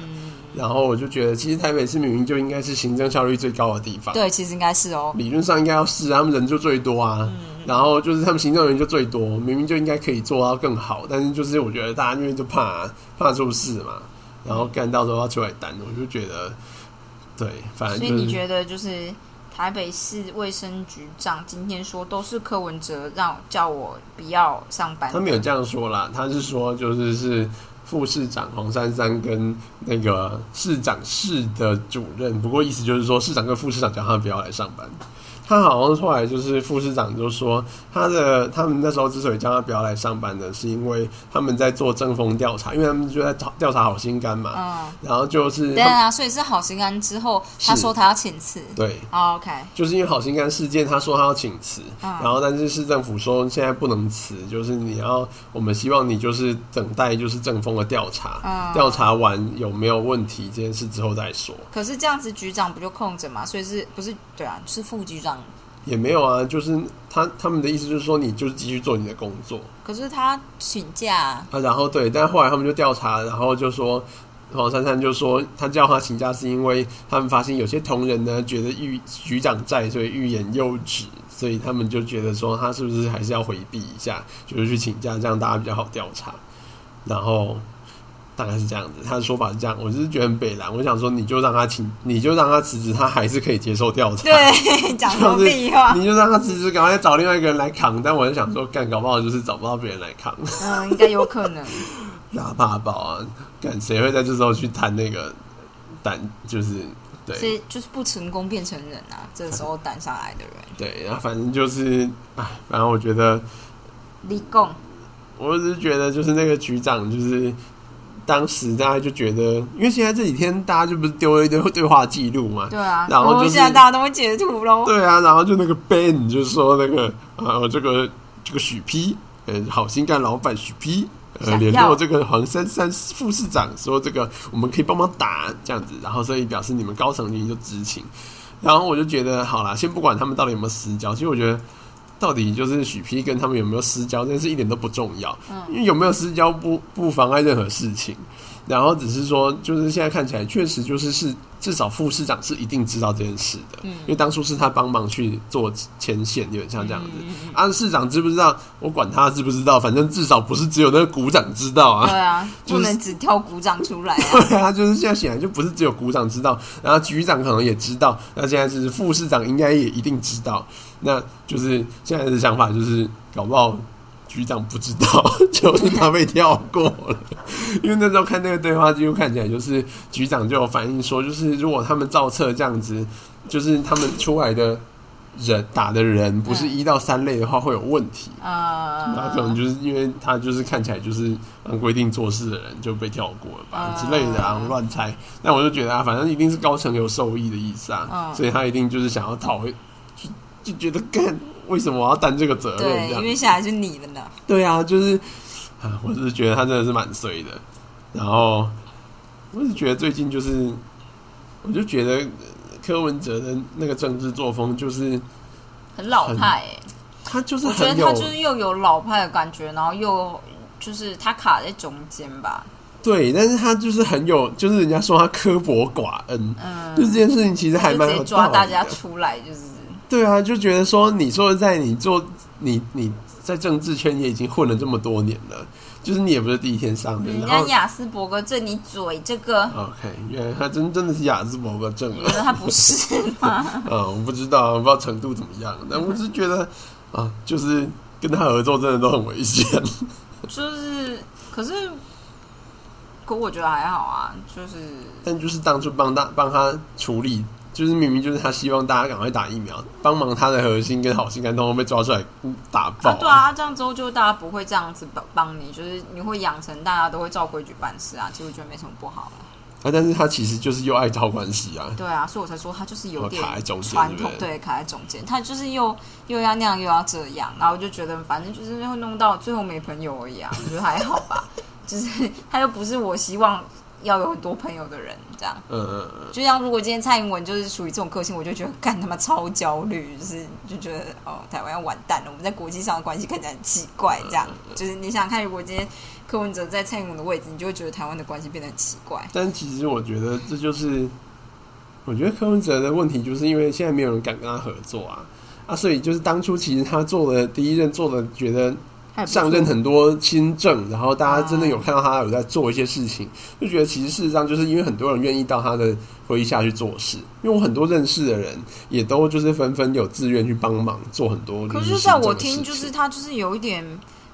Speaker 2: 然后我就觉得，其实台北市明明就应该是行政效率最高的地方，
Speaker 1: 对，其实应该是哦。
Speaker 2: 理论上应该要是啊他们人就最多啊，然后就是他们行政人员就最多，明明就应该可以做到更好，但是就是我觉得大家因为就怕、怕出事嘛，然后干到时候要出来担，我就觉得对，反
Speaker 1: 所
Speaker 2: 正呃就
Speaker 1: 以
Speaker 2: 是、
Speaker 1: 你觉得就是台北市卫生局长今天说都是柯文哲让叫我不要上班，
Speaker 2: 他没有这样说啦，他是说就是是副市长黄珊珊跟那个市长室的主任，不过意思就是说市长跟副市长叫他们不要来上班。他好像后来就是副市长就说，他的他们那时候之所以叫他不要来上班呢，是因为他们在做政风调查，因为他们就在调调查好心肝嘛，
Speaker 1: 嗯，
Speaker 2: 然后就是
Speaker 1: 对
Speaker 2: 他们
Speaker 1: 啊，所以是好心肝之后，他
Speaker 2: 是
Speaker 1: 说他要请辞。
Speaker 2: 对，
Speaker 1: 哦 OK，
Speaker 2: 就是因为好心肝事件，他说他要请辞，
Speaker 1: 嗯
Speaker 2: 然后但是市政府说现在不能辞，就是你要我们希望你就是等待就是政风的调查
Speaker 1: 嗯，
Speaker 2: 调、查完有没有问题这件事之后再说，
Speaker 1: 可是这样子局长不就空着嘛？所以是不是对啊？是副局长。
Speaker 2: 也没有啊，就是他他们的意思就是说你就是继续做你的工作
Speaker 1: 可是他请假 啊，
Speaker 2: 啊，然后对，但后来他们就调查，然后就说。黄珊珊就说，他叫他请假是因为他们发现有些同仁呢觉得预局长在，所以欲言又止，所以他们就觉得说他是不是还是要回避一下，就是去请假，这样大家比较好调查。然后大概是这样子，他的说法是这样，我就是觉得很北蓝，我想说你就让他请，你就让他辞职，他还是可以接受调查。
Speaker 1: 对，讲什么
Speaker 2: 就是
Speaker 1: 屁话？
Speaker 2: 你就让他辞职，赶快找另外一个人来扛。但我就想说，干，搞不好就是找不到别人来扛，
Speaker 1: 嗯，应该有可能。
Speaker 2: 拉怕爆啊！干，谁会在这时候去谈那个胆？就是
Speaker 1: 所
Speaker 2: 对
Speaker 1: 以就是不成功变成人啊，这时候担上来的人，
Speaker 2: 对，然后反正就是，哎，反正我觉得，
Speaker 1: 立功。
Speaker 2: 我只是觉得，就是那个局长，就是当时大家就觉得，因为现在这几天大家就不是丢了一堆 对话记录嘛，
Speaker 1: 对啊，
Speaker 2: 然后就是
Speaker 1: 现在大家都会截图喽。
Speaker 2: 对啊，然后就那个 Ben 就说那个啊，我这个这个许批，呃，好心肝老板许批，呃，
Speaker 1: 想要
Speaker 2: 联络这个黄珊珊副市长说这个我们可以帮忙打这样子，然后所以表示你们高层领就知情，然后我就觉得好啦，先不管他们到底有没有私交，其实我觉得。到底就是许批跟他们有没有私交，这件事一点都不重要，因为有没有私交不不妨碍任何事情。然后只是说，就是现在看起来，确实就是是至少副市长是一定知道这件事的，因为当初是他帮忙去做牵线，有点像这样子。啊，市长知不知道？我管他知不知道，反正至少不是只有那个股长知道啊。
Speaker 1: 对啊，
Speaker 2: 就是
Speaker 1: 不能只挑鼓掌出来 啊。
Speaker 2: 对啊，就是现在显然就不是只有股长知道，然后局长可能也知道，那现在是副市长应该也一定知道，那就是现在的想法就是搞不好局长不知道， 就是他被跳过了，因为那时候看那个对话记录看起来就是局长就有反映说，就是如果他们照册这样子，就是他们出来的。人打的人不是
Speaker 1: 嗯
Speaker 2: 一到三类的话会有问题，
Speaker 1: 啊
Speaker 2: 那可能
Speaker 1: 呃，
Speaker 2: 就是因为他就是看起来就是按规定做事的人就被跳过了吧、
Speaker 1: 嗯
Speaker 2: 之类的啊，我乱猜。那我就觉得啊，反正一定是高层有受益的意思啊，
Speaker 1: 嗯
Speaker 2: 所以他一定就是想要讨回，就就觉得干为什么我要担这个责任
Speaker 1: 对，
Speaker 2: 这
Speaker 1: 因
Speaker 2: 样？
Speaker 1: 为下来是你们的。
Speaker 2: 对啊，就是啊，我是觉得他真的是蛮衰的。然后我是觉得最近就是，我就觉得柯文哲的那个政治作风就是
Speaker 1: 很老派、欸，
Speaker 2: 他就是
Speaker 1: 我觉得
Speaker 2: 很
Speaker 1: 他
Speaker 2: 有
Speaker 1: 就是又有老派的感觉，然后又就是他卡在中间吧，
Speaker 2: 对，但是他就是很有，就是人家说他刻薄寡恩，
Speaker 1: 嗯，
Speaker 2: 就是这件事情其实还
Speaker 1: 就
Speaker 2: 蛮
Speaker 1: 直
Speaker 2: 有
Speaker 1: 接抓
Speaker 2: 道理
Speaker 1: 大家
Speaker 2: 的
Speaker 1: 出来，就是
Speaker 2: 对啊，就觉得说你说实在你做你你在政治圈也已经混了这么多年了，就是你也不是第一天上任，
Speaker 1: 人
Speaker 2: 嗯然
Speaker 1: 家
Speaker 2: 后
Speaker 1: 雅斯伯格这你嘴这 个，
Speaker 2: OK，原来他真真的是雅斯伯格症
Speaker 1: 你
Speaker 2: 啊
Speaker 1: 觉，得他不是吗？
Speaker 2: 啊，我不知道，我不知道程度怎么样，但我只是觉得啊，就是跟他合作真的都很危险。
Speaker 1: 就是，可是，可我觉得还好啊，就是
Speaker 2: 但就是当初帮大帮他处理，就是明明就是他希望大家赶快打疫苗，帮忙他的核心跟好心肝通通被抓出来嗯打爆、
Speaker 1: 啊，对，啊，这样之后就大家不会这样子帮帮你，就是你会养成大家都会照规矩办事啊，其实我觉得没什么不好啊。
Speaker 2: 啊但是他其实就是又爱找关系啊，
Speaker 1: 对啊，所以我才说他就是有点
Speaker 2: 卡在中间
Speaker 1: 传
Speaker 2: 对
Speaker 1: 统
Speaker 2: 不，对
Speaker 1: 对，卡在中间，他就是又又要那样又要这样，然后我就觉得反正就是会弄到最后没朋友而已啊，我觉得还好吧， 就是他又不是我希望要有很多朋友的人这样。
Speaker 2: 嗯嗯嗯，
Speaker 1: 就像如果今天蔡英文就是属于这种个性，我就觉得干他妈超焦虑，就是就觉得哦，台湾要完蛋了，我们在国际上的关系看起来很奇怪，这样
Speaker 2: 嗯
Speaker 1: 就是你想看，如果今天柯文哲在蔡英文的位置，你就会觉得台湾的关系变得很奇怪。
Speaker 2: 但其实我觉得这就是，我觉得柯文哲的问题就是因为现在没有人敢跟他合作啊。啊，所以就是当初其实他做的第一任做的，觉得上任很多新政，然后大家真的有看到他有在做一些事
Speaker 1: 嗯
Speaker 2: 情，就觉得其实事实上就是因为很多人愿意到他的麾下去做事，因为我很多认识的人也都就是纷纷有自愿去帮忙做很多。
Speaker 1: 可
Speaker 2: 是
Speaker 1: 是，在我听，就是他就是有一点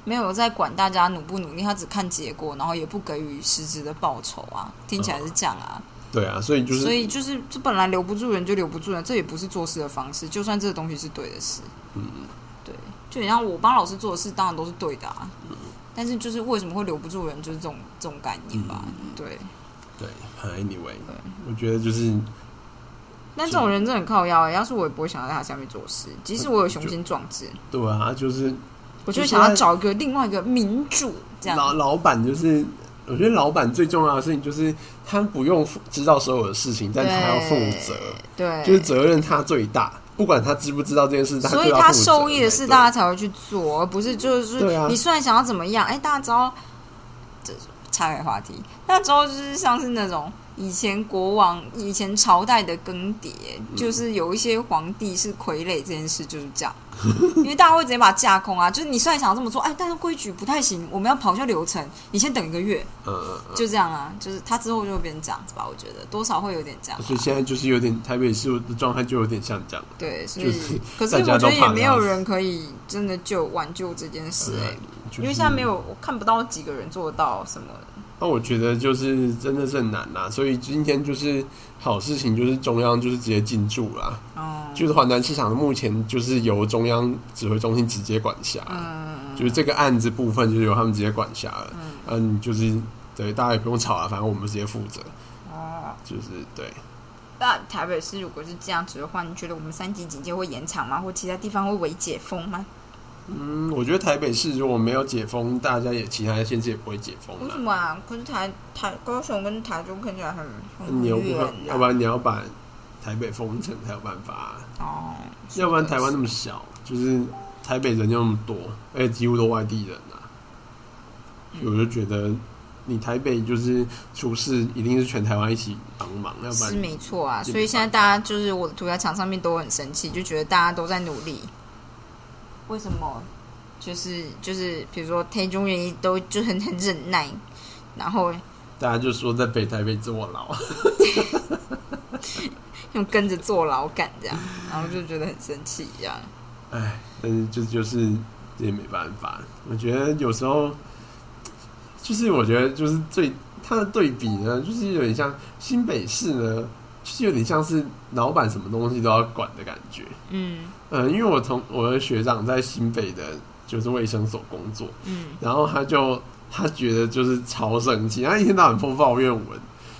Speaker 1: 没有在管大家努不努力，他只看结果，然后也不给予实质的报酬啊，听起来是这样啊。
Speaker 2: 对啊，所以就是
Speaker 1: 所以就是，这本来留不住人就留不住人，这也不是做事的方式。就算这个东西是对的事，
Speaker 2: 嗯，
Speaker 1: 对，就很像我帮老师做的事，当然都是对的啊。但是就是为什么会留不住人，就是这种这种概念吧。
Speaker 2: 嗯
Speaker 1: 对，
Speaker 2: 对好，anyway，我觉得就是
Speaker 1: 但这种人真的很靠腰、欸，要是我也不会想要在他下面做事，即使我有雄心壮志，
Speaker 2: 对啊，就是
Speaker 1: 我就
Speaker 2: 就
Speaker 1: 想要
Speaker 2: 是
Speaker 1: 找一个另外一个民主这样。
Speaker 2: 老老板就是，我觉得老板最重要的事情就是他不用负知道所有的事情，但他要负责，
Speaker 1: 对，
Speaker 2: 就是责任他最大，不管他知不知道这件事，
Speaker 1: 所以
Speaker 2: 他
Speaker 1: 他受益的事，大家才会去做，而不是就是、
Speaker 2: 对啊
Speaker 1: 你虽然想要怎么样，哎、大家知道，这岔开话题，大家知道就是像是那种以前国王、以前朝代的更迭，就是有一些皇帝是傀儡这件事就是这样，因为大家会直接把它架空啊，就是你虽然想要这么做，哎、但是规矩不太行，我们要跑一下流程，你先等一个月，
Speaker 2: 嗯嗯嗯。
Speaker 1: 就这样啊，就是他之后就会变成这样子吧，我觉得多少会有点这样吧、
Speaker 2: 所以现在就是有点台北市的状态就有点像这样，
Speaker 1: 对，所
Speaker 2: 啊就
Speaker 1: 以
Speaker 2: 是
Speaker 1: 可是
Speaker 2: 大
Speaker 1: 我
Speaker 2: 家
Speaker 1: 觉
Speaker 2: 都
Speaker 1: 得也
Speaker 2: 怕
Speaker 1: 没
Speaker 2: 这样
Speaker 1: 有
Speaker 2: 子
Speaker 1: 人可以真的救挽救这件事哎、
Speaker 2: 啊就是、
Speaker 1: 因为现在没有，我看不到几个人做得到什么。
Speaker 2: 那我觉得就是真的是很难啦，所以今天就是好事情，就是中央就是直接进驻啦，
Speaker 1: 哦，
Speaker 2: 就是华南市场目前就是由中央指挥中心直接管辖，
Speaker 1: 嗯，
Speaker 2: 就是这个案子部分就是由他们直接管辖了，嗯，就是对大家也不用吵了，啊反正我们直接负责，
Speaker 1: 哦，
Speaker 2: 就是对，
Speaker 1: 那台北市如果是这样子的话，你觉得我们三级警戒会延长吗？或其他地方会微解封吗？
Speaker 2: 嗯，我觉得台北市如果没有解封，大家也其他的县市也不会解封
Speaker 1: 为什
Speaker 2: 啦，
Speaker 1: 么啊？可是台台高雄跟台中看起来很很
Speaker 2: 你又不
Speaker 1: 远
Speaker 2: 可
Speaker 1: 啊、
Speaker 2: 要不然你要把台北封城才有办法啊、
Speaker 1: 哦，是
Speaker 2: 要不然
Speaker 1: 的
Speaker 2: 台湾那么小，就是台北人又那么多，而且几乎都外地人啊，所以我就觉得你台北就是出事，一定是全台湾一起帮忙，要不
Speaker 1: 是
Speaker 2: 然
Speaker 1: 没错啊，
Speaker 2: 也没
Speaker 1: 所以现在大家就是我的涂鸦墙上面都很生气，就觉得大家都在努力，为什么？就是就是，比如说台中人都就很很忍耐，然后
Speaker 2: 大家就说在北台北坐牢。
Speaker 1: 又跟着坐牢感这样，
Speaker 2: 嗯
Speaker 1: 然后就觉得很生气这样。
Speaker 2: 唉，但是这就是这也没办法。我觉得有时候，就是我觉得就是最它的对比呢，就是有点像新北市呢，就是有点像是老板什么东西都要管的感觉。
Speaker 1: 嗯
Speaker 2: 嗯，因为我同我的学长在新北的，就是卫生所工作，
Speaker 1: 嗯，
Speaker 2: 然后他就他觉得就是超生气，他一天到晚疯抱怨文，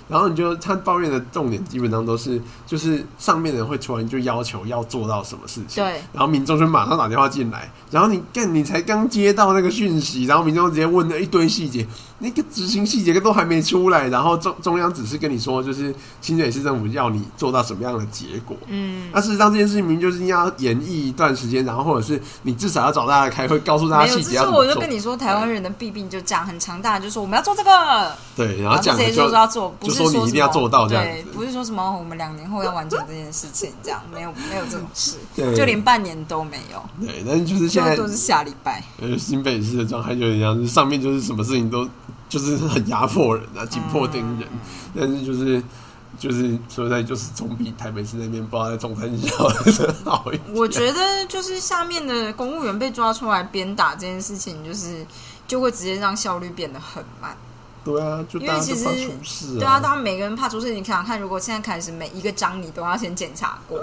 Speaker 2: 然后你就他抱怨的重点基本上都是就是上面的人会突然就要求要做到什么事情，
Speaker 1: 对，
Speaker 2: 然后民众就马上打电话进来，然后你干你才刚接到那个讯息，然后民众直接问了一堆细节，那个执行细节都还没出来，然后中中央只是跟你说就是新北市政府要你做到什么样的结果，
Speaker 1: 嗯，
Speaker 2: 那事实上这件事情明明就是应该要演绎一段时间，然后或者是你至少要找大家开会，告诉大
Speaker 1: 没
Speaker 2: 家
Speaker 1: 有，
Speaker 2: 细
Speaker 1: 这
Speaker 2: 节
Speaker 1: 是
Speaker 2: 要怎
Speaker 1: 我
Speaker 2: 么
Speaker 1: 就
Speaker 2: 做
Speaker 1: 跟。你说，台湾人的弊病就这样，很强大，就说我们要做这个，
Speaker 2: 对，然
Speaker 1: 然后
Speaker 2: 后
Speaker 1: 就
Speaker 2: 讲
Speaker 1: 直
Speaker 2: 的
Speaker 1: 接就
Speaker 2: 就
Speaker 1: 说要做，不
Speaker 2: 就是说你一定要
Speaker 1: 什么
Speaker 2: 做到这样
Speaker 1: 对，
Speaker 2: 子
Speaker 1: 不是说什么我们两年后要完成这件事情，这样没有没有这种事，
Speaker 2: 对
Speaker 1: 就连半年都没有，
Speaker 2: 对，但是就是
Speaker 1: 就
Speaker 2: 现在
Speaker 1: 都是下礼 拜。
Speaker 2: 呃新北市的状态就有点像是上面就是什么事情都就是很压迫人啊，紧迫盯
Speaker 1: 嗯
Speaker 2: 人，但是就是。就是说，在就是总比台北市那边不知道在中山小的好一点。
Speaker 1: 我觉得就是下面的公务员被抓出来鞭打这件事情，就是就会直接让效率变得很慢。
Speaker 2: 对啊，就
Speaker 1: 因为
Speaker 2: 大家
Speaker 1: 其
Speaker 2: 都
Speaker 1: 实
Speaker 2: 怕出事
Speaker 1: 对啊，他们每个人怕出事，你想想看，如果现在开始每一个章你都要先检查过，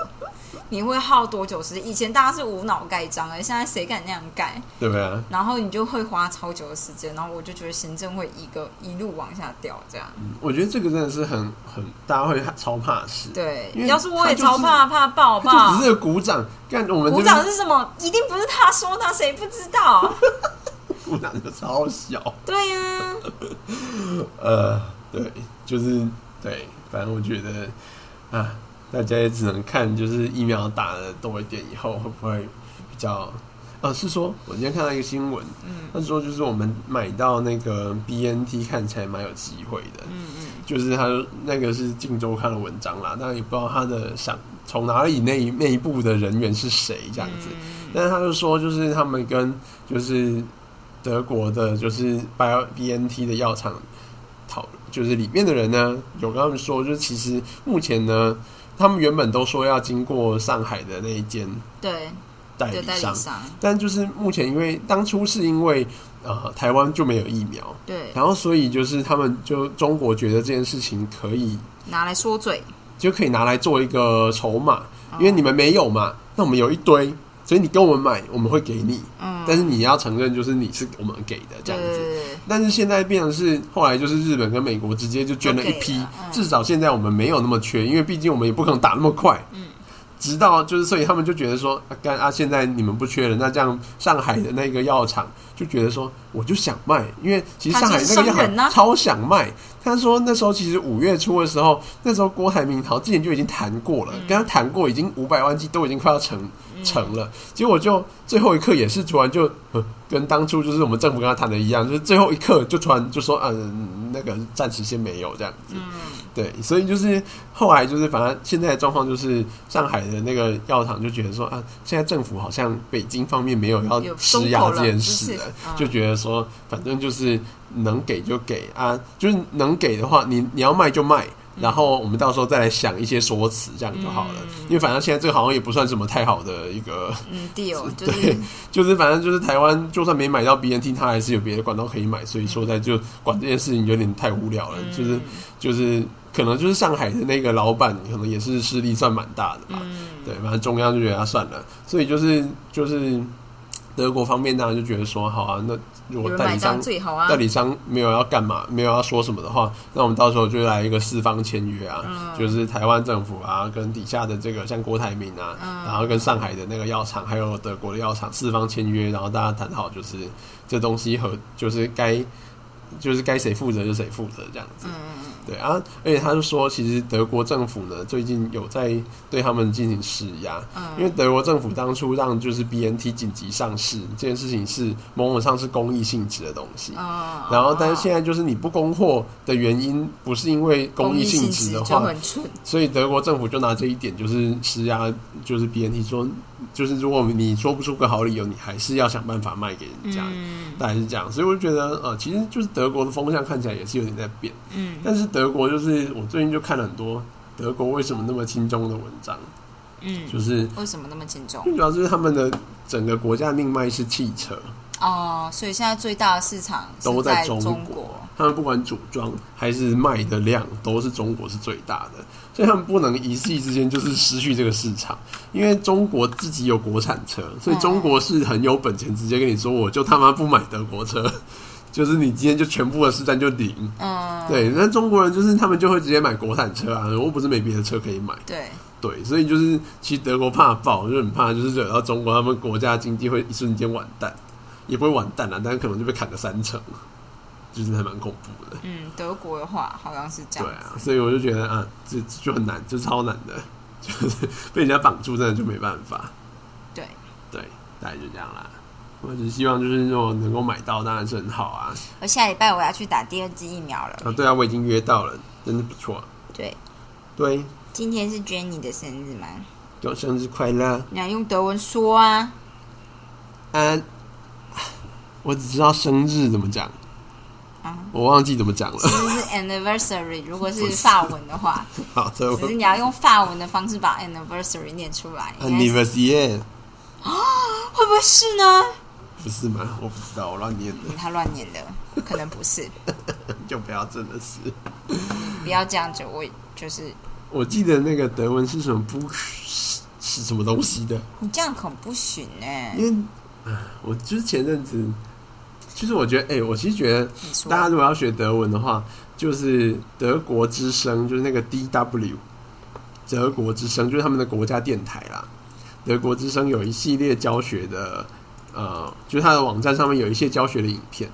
Speaker 1: 你会耗多久时间？以前大家是无脑盖章而现在谁敢那样盖？
Speaker 2: 对啊，
Speaker 1: 然后你就会花超久的时间，然后我就觉得行政会一个一路往下掉，这样。
Speaker 2: 我觉得这个真的是很很，大家会超怕事。，
Speaker 1: 对
Speaker 2: 因，为
Speaker 1: 要是我也
Speaker 2: 他就是
Speaker 1: 超怕怕爆
Speaker 2: 就
Speaker 1: 爆
Speaker 2: 只。是个鼓掌，干我们这
Speaker 1: 鼓
Speaker 2: 边
Speaker 1: 掌是什么？一定不是他说的，谁不知 道？
Speaker 2: 鼓掌就超小。
Speaker 1: 对呀、啊，
Speaker 2: 呃，对，就是对，反正我觉得啊，大家也只能看，就是疫苗打的多一点以后会不会比较。啊，是说，我今天看到一个新闻，
Speaker 1: 嗯
Speaker 2: 他说就是我们买到那个 BNT 看起来蛮有机会的，
Speaker 1: 嗯嗯，
Speaker 2: 就是他那个是《镜周刊》的文章啦，但也不知道他的想从哪里那一内部的人员是谁这样子。
Speaker 1: 嗯
Speaker 2: 但是他就说，就是他们跟就是德国的，就是 Bio BNT 的药厂讨，就是里面的人呢，有跟他们说，就是其实目前呢，他们原本都说要经过上海的那一间
Speaker 1: 对，
Speaker 2: 代
Speaker 1: 对
Speaker 2: 理
Speaker 1: 代理
Speaker 2: 商。
Speaker 1: 商，
Speaker 2: 但就是目前，因为当初是因为呃台湾就没有疫苗，
Speaker 1: 对，
Speaker 2: 然后所以就是他们就中国觉得这件事情可以
Speaker 1: 拿来说嘴，
Speaker 2: 就可以拿来做一个筹码，
Speaker 1: 哦
Speaker 2: 因为你们没有嘛，那我们有一堆，所以你跟我们买，我们会给你，
Speaker 1: 嗯，
Speaker 2: 但是你要承认就是你是我们给的
Speaker 1: 对
Speaker 2: 这样
Speaker 1: 对
Speaker 2: 子。
Speaker 1: 对对
Speaker 2: 但是现在变成是后来就是日本跟美国直接就捐了一
Speaker 1: 都给
Speaker 2: 批
Speaker 1: 了，嗯
Speaker 2: 至少现在我们没有那么缺，因为毕竟我们也不可能打那么快。
Speaker 1: 嗯，
Speaker 2: 直到就是所以他们就觉得说，啊干啊，现在你们不缺了，那这样上海的那个药厂就觉得说，我就想卖，因为其实上海那个药
Speaker 1: 他就是商人啊
Speaker 2: 厂超想卖。他说那时候其实五月初的时候，那时候郭台铭好之前就已经谈过
Speaker 1: 嗯
Speaker 2: 了，跟他谈过已经五百万剂都已经快要成成了，结果就最后一刻也是突然就呃跟当初就是我们政府跟他谈的一样，就是最后一刻就突然就说嗯那个暂时先没有这样子，对，所以就是后来就是反正现在的状况就是上海的那个药厂就觉得说啊，现在政府好像北京方面没有要
Speaker 1: 有
Speaker 2: 施
Speaker 1: 松
Speaker 2: 压
Speaker 1: 口
Speaker 2: 这
Speaker 1: 了
Speaker 2: 件
Speaker 1: 就
Speaker 2: 事
Speaker 1: 是
Speaker 2: 了，
Speaker 1: 嗯
Speaker 2: 就觉得说反正就是能给就给啊，就是能给的话你你要卖就卖。
Speaker 1: 嗯
Speaker 2: 然后我们到时候再来想一些说辞，这样就好了。因为反正现在这个好像也不算什么太好的一个
Speaker 1: 嗯，deal 就是
Speaker 2: 就是反正就是台湾，就算没买到 BNT，它还是有别的管道可以买，所以说在就管这件事情有点太无聊了。
Speaker 1: 嗯
Speaker 2: 就是就是可能就是上海的那个老板，可能也是势力算蛮大的吧。
Speaker 1: 嗯
Speaker 2: 对，反正中央就觉得他算了，所以就是就是德国方面当然就觉得说，好啊，那如
Speaker 1: 有
Speaker 2: 果
Speaker 1: 人
Speaker 2: 代
Speaker 1: 买
Speaker 2: 理
Speaker 1: 单
Speaker 2: 商
Speaker 1: 最好啊
Speaker 2: 代，理商没有要干嘛，没有要说什么的话，那我们到时候就来一个四方签约啊，
Speaker 1: 嗯
Speaker 2: 就是台湾政府啊，跟底下的这个像郭台铭啊，
Speaker 1: 嗯
Speaker 2: 然后跟上海的那个药厂，还有德国的药厂四方签约，然后大家谈好就是这东西和就是该就是该谁负责就谁负责这样子。
Speaker 1: 嗯
Speaker 2: 对啊，而且他就说，其实德国政府呢最近有在对他们进行施压，
Speaker 1: 嗯
Speaker 2: 因为德国政府当初让就是 BNT 紧急上市这件事情是某种上是公益性质的东西，
Speaker 1: 嗯，
Speaker 2: 然后但是现在就是你不供货的原因不是因为 公
Speaker 1: 公
Speaker 2: 益
Speaker 1: 益
Speaker 2: 性
Speaker 1: 性
Speaker 2: 质
Speaker 1: 质
Speaker 2: 的
Speaker 1: 就
Speaker 2: 话，
Speaker 1: 很蠢，
Speaker 2: 所以德国政府就拿这一点就是施压，就是 BNT 说，就是如果你说不出个好理由，你还是要想办法卖给人家。
Speaker 1: 嗯
Speaker 2: 大概是这样，所以我就觉得，呃，其实就是德国的风向看起来也是有点在变。
Speaker 1: 嗯
Speaker 2: 但是德国就是我最近就看了很多德国为什么那么轻中的文章，
Speaker 1: 嗯，
Speaker 2: 就是
Speaker 1: 为什么那么紧重？
Speaker 2: 最主要就是他们的整个国家命脉是汽车，
Speaker 1: 哦，所以现在最大的市场是
Speaker 2: 都
Speaker 1: 在
Speaker 2: 中
Speaker 1: 中
Speaker 2: 国，他们不管组装还是卖的量，都是中国是最大的，所以他们不能一夕之间就是失去这个市场，因为中国自己有国产车，所以中国是很有本钱直接跟你说，我就他妈不买德国车， 就是你今天就全部的市占就零。
Speaker 1: 嗯，
Speaker 2: 对，那中国人就是他们就会直接买国产车啊，我又不是没别的车可以买。
Speaker 1: 对，
Speaker 2: 对，所以就是其实德国怕爆，就很怕就是惹到中国，他们国家经济会一瞬间完蛋，也不会完蛋啦，但是可能就被砍个三成，就是还蛮恐怖的。
Speaker 1: 嗯，德国的话好像是这
Speaker 2: 对
Speaker 1: 样，
Speaker 2: 啊，所以我就觉得啊，这这就很难，这超难的，就是被人家绑住，真的就没办法。
Speaker 1: 对，
Speaker 2: 对，大概就这样啦。我只希望就是如果能够买到，当然是很好啊。
Speaker 1: 我下礼拜我要去打第二支疫苗了，
Speaker 2: 啊，对啊，我已经约到了，真的不错。
Speaker 1: 对，
Speaker 2: 对，
Speaker 1: 今天是 Jenny 的生日吗？
Speaker 2: 祝生日快乐！
Speaker 1: 你要用德文说啊，
Speaker 2: 安、我只知道生日怎么讲，
Speaker 1: 啊
Speaker 2: 我忘记怎么讲了。
Speaker 1: 就是 anniversary，如果
Speaker 2: 不
Speaker 1: 是
Speaker 2: 是
Speaker 1: 法文的 话，
Speaker 2: 好的，
Speaker 1: 只是你要用法文的方式把 anniversary 念出来，应该是啊
Speaker 2: anniversary
Speaker 1: 会不会是呢？
Speaker 2: 不是吗？我不知道，我乱念的，
Speaker 1: 嗯他乱念的，可能不是，
Speaker 2: 就不要真的是。
Speaker 1: 不要这样子，我就是
Speaker 2: 我记得那个德文是什么不是什么东西的，
Speaker 1: 你这样很不行哎、
Speaker 2: 因为啊我就是前阵子，就是我觉得，哎、我其实觉得
Speaker 1: 你说
Speaker 2: 大家如果要学德文的话，就是德国之声，就是那个 DW，德国之声，就是他们的国家电台啦。德国之声有一系列教学的，呃，就是它的网站上面有一些教学的影片。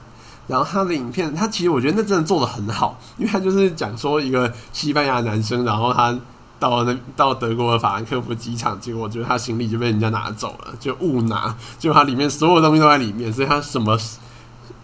Speaker 2: 然后他的影片，他其实我觉得那真的做的很好，因为他就是讲说一个西班牙男生，然后他到那到德国的法兰克福机场，结果就是他行李就被人家拿走了，就误拿，就他里面所有东西都在里面，所以他什么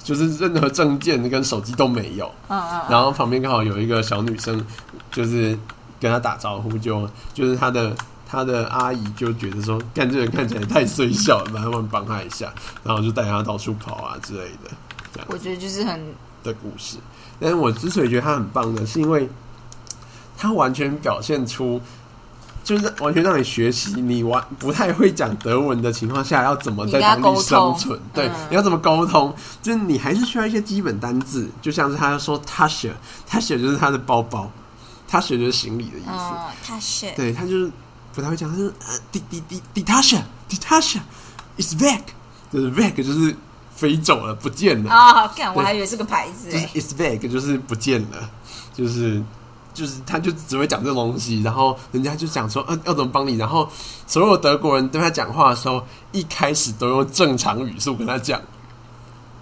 Speaker 2: 就是任何证件跟手机都没有。
Speaker 1: 嗯嗯嗯，
Speaker 2: 然后旁边刚好有一个小女生，就是跟他打招呼，就就是他的他的阿姨就觉得说，干这人看起来太碎小了，麻烦帮他一下，然后就带他到处跑啊之类的这样
Speaker 1: 我觉得就是很
Speaker 2: 的故事。但是我之所以觉得他很棒的，是因为他完全表现出就是完全让你学习，你完不太会讲德文的情况下，要怎么在
Speaker 1: 你跟他
Speaker 2: 当地
Speaker 1: 沟
Speaker 2: 生
Speaker 1: 通
Speaker 2: 存？对
Speaker 1: 嗯，
Speaker 2: 你要怎么沟通？就是你还是需要一些基本单字，就像是他说 Tasche，Tasche 就是他的包包，Tasche 就是行李的意思。
Speaker 1: 嗯，他是
Speaker 2: 对他就是不太会讲，他就是呃，di di di Ditasha Ditasha is back，就是 back 就是飞走了，不见了，
Speaker 1: 啊，干、我还以为是个牌子
Speaker 2: 就是
Speaker 1: 哎、
Speaker 2: is back 就是不见了，就是就是他就只会讲这种东西，然后人家就讲说，呃，要怎么帮你？然后所有德国人对他讲话的时候，一开始都用正常语速跟他讲。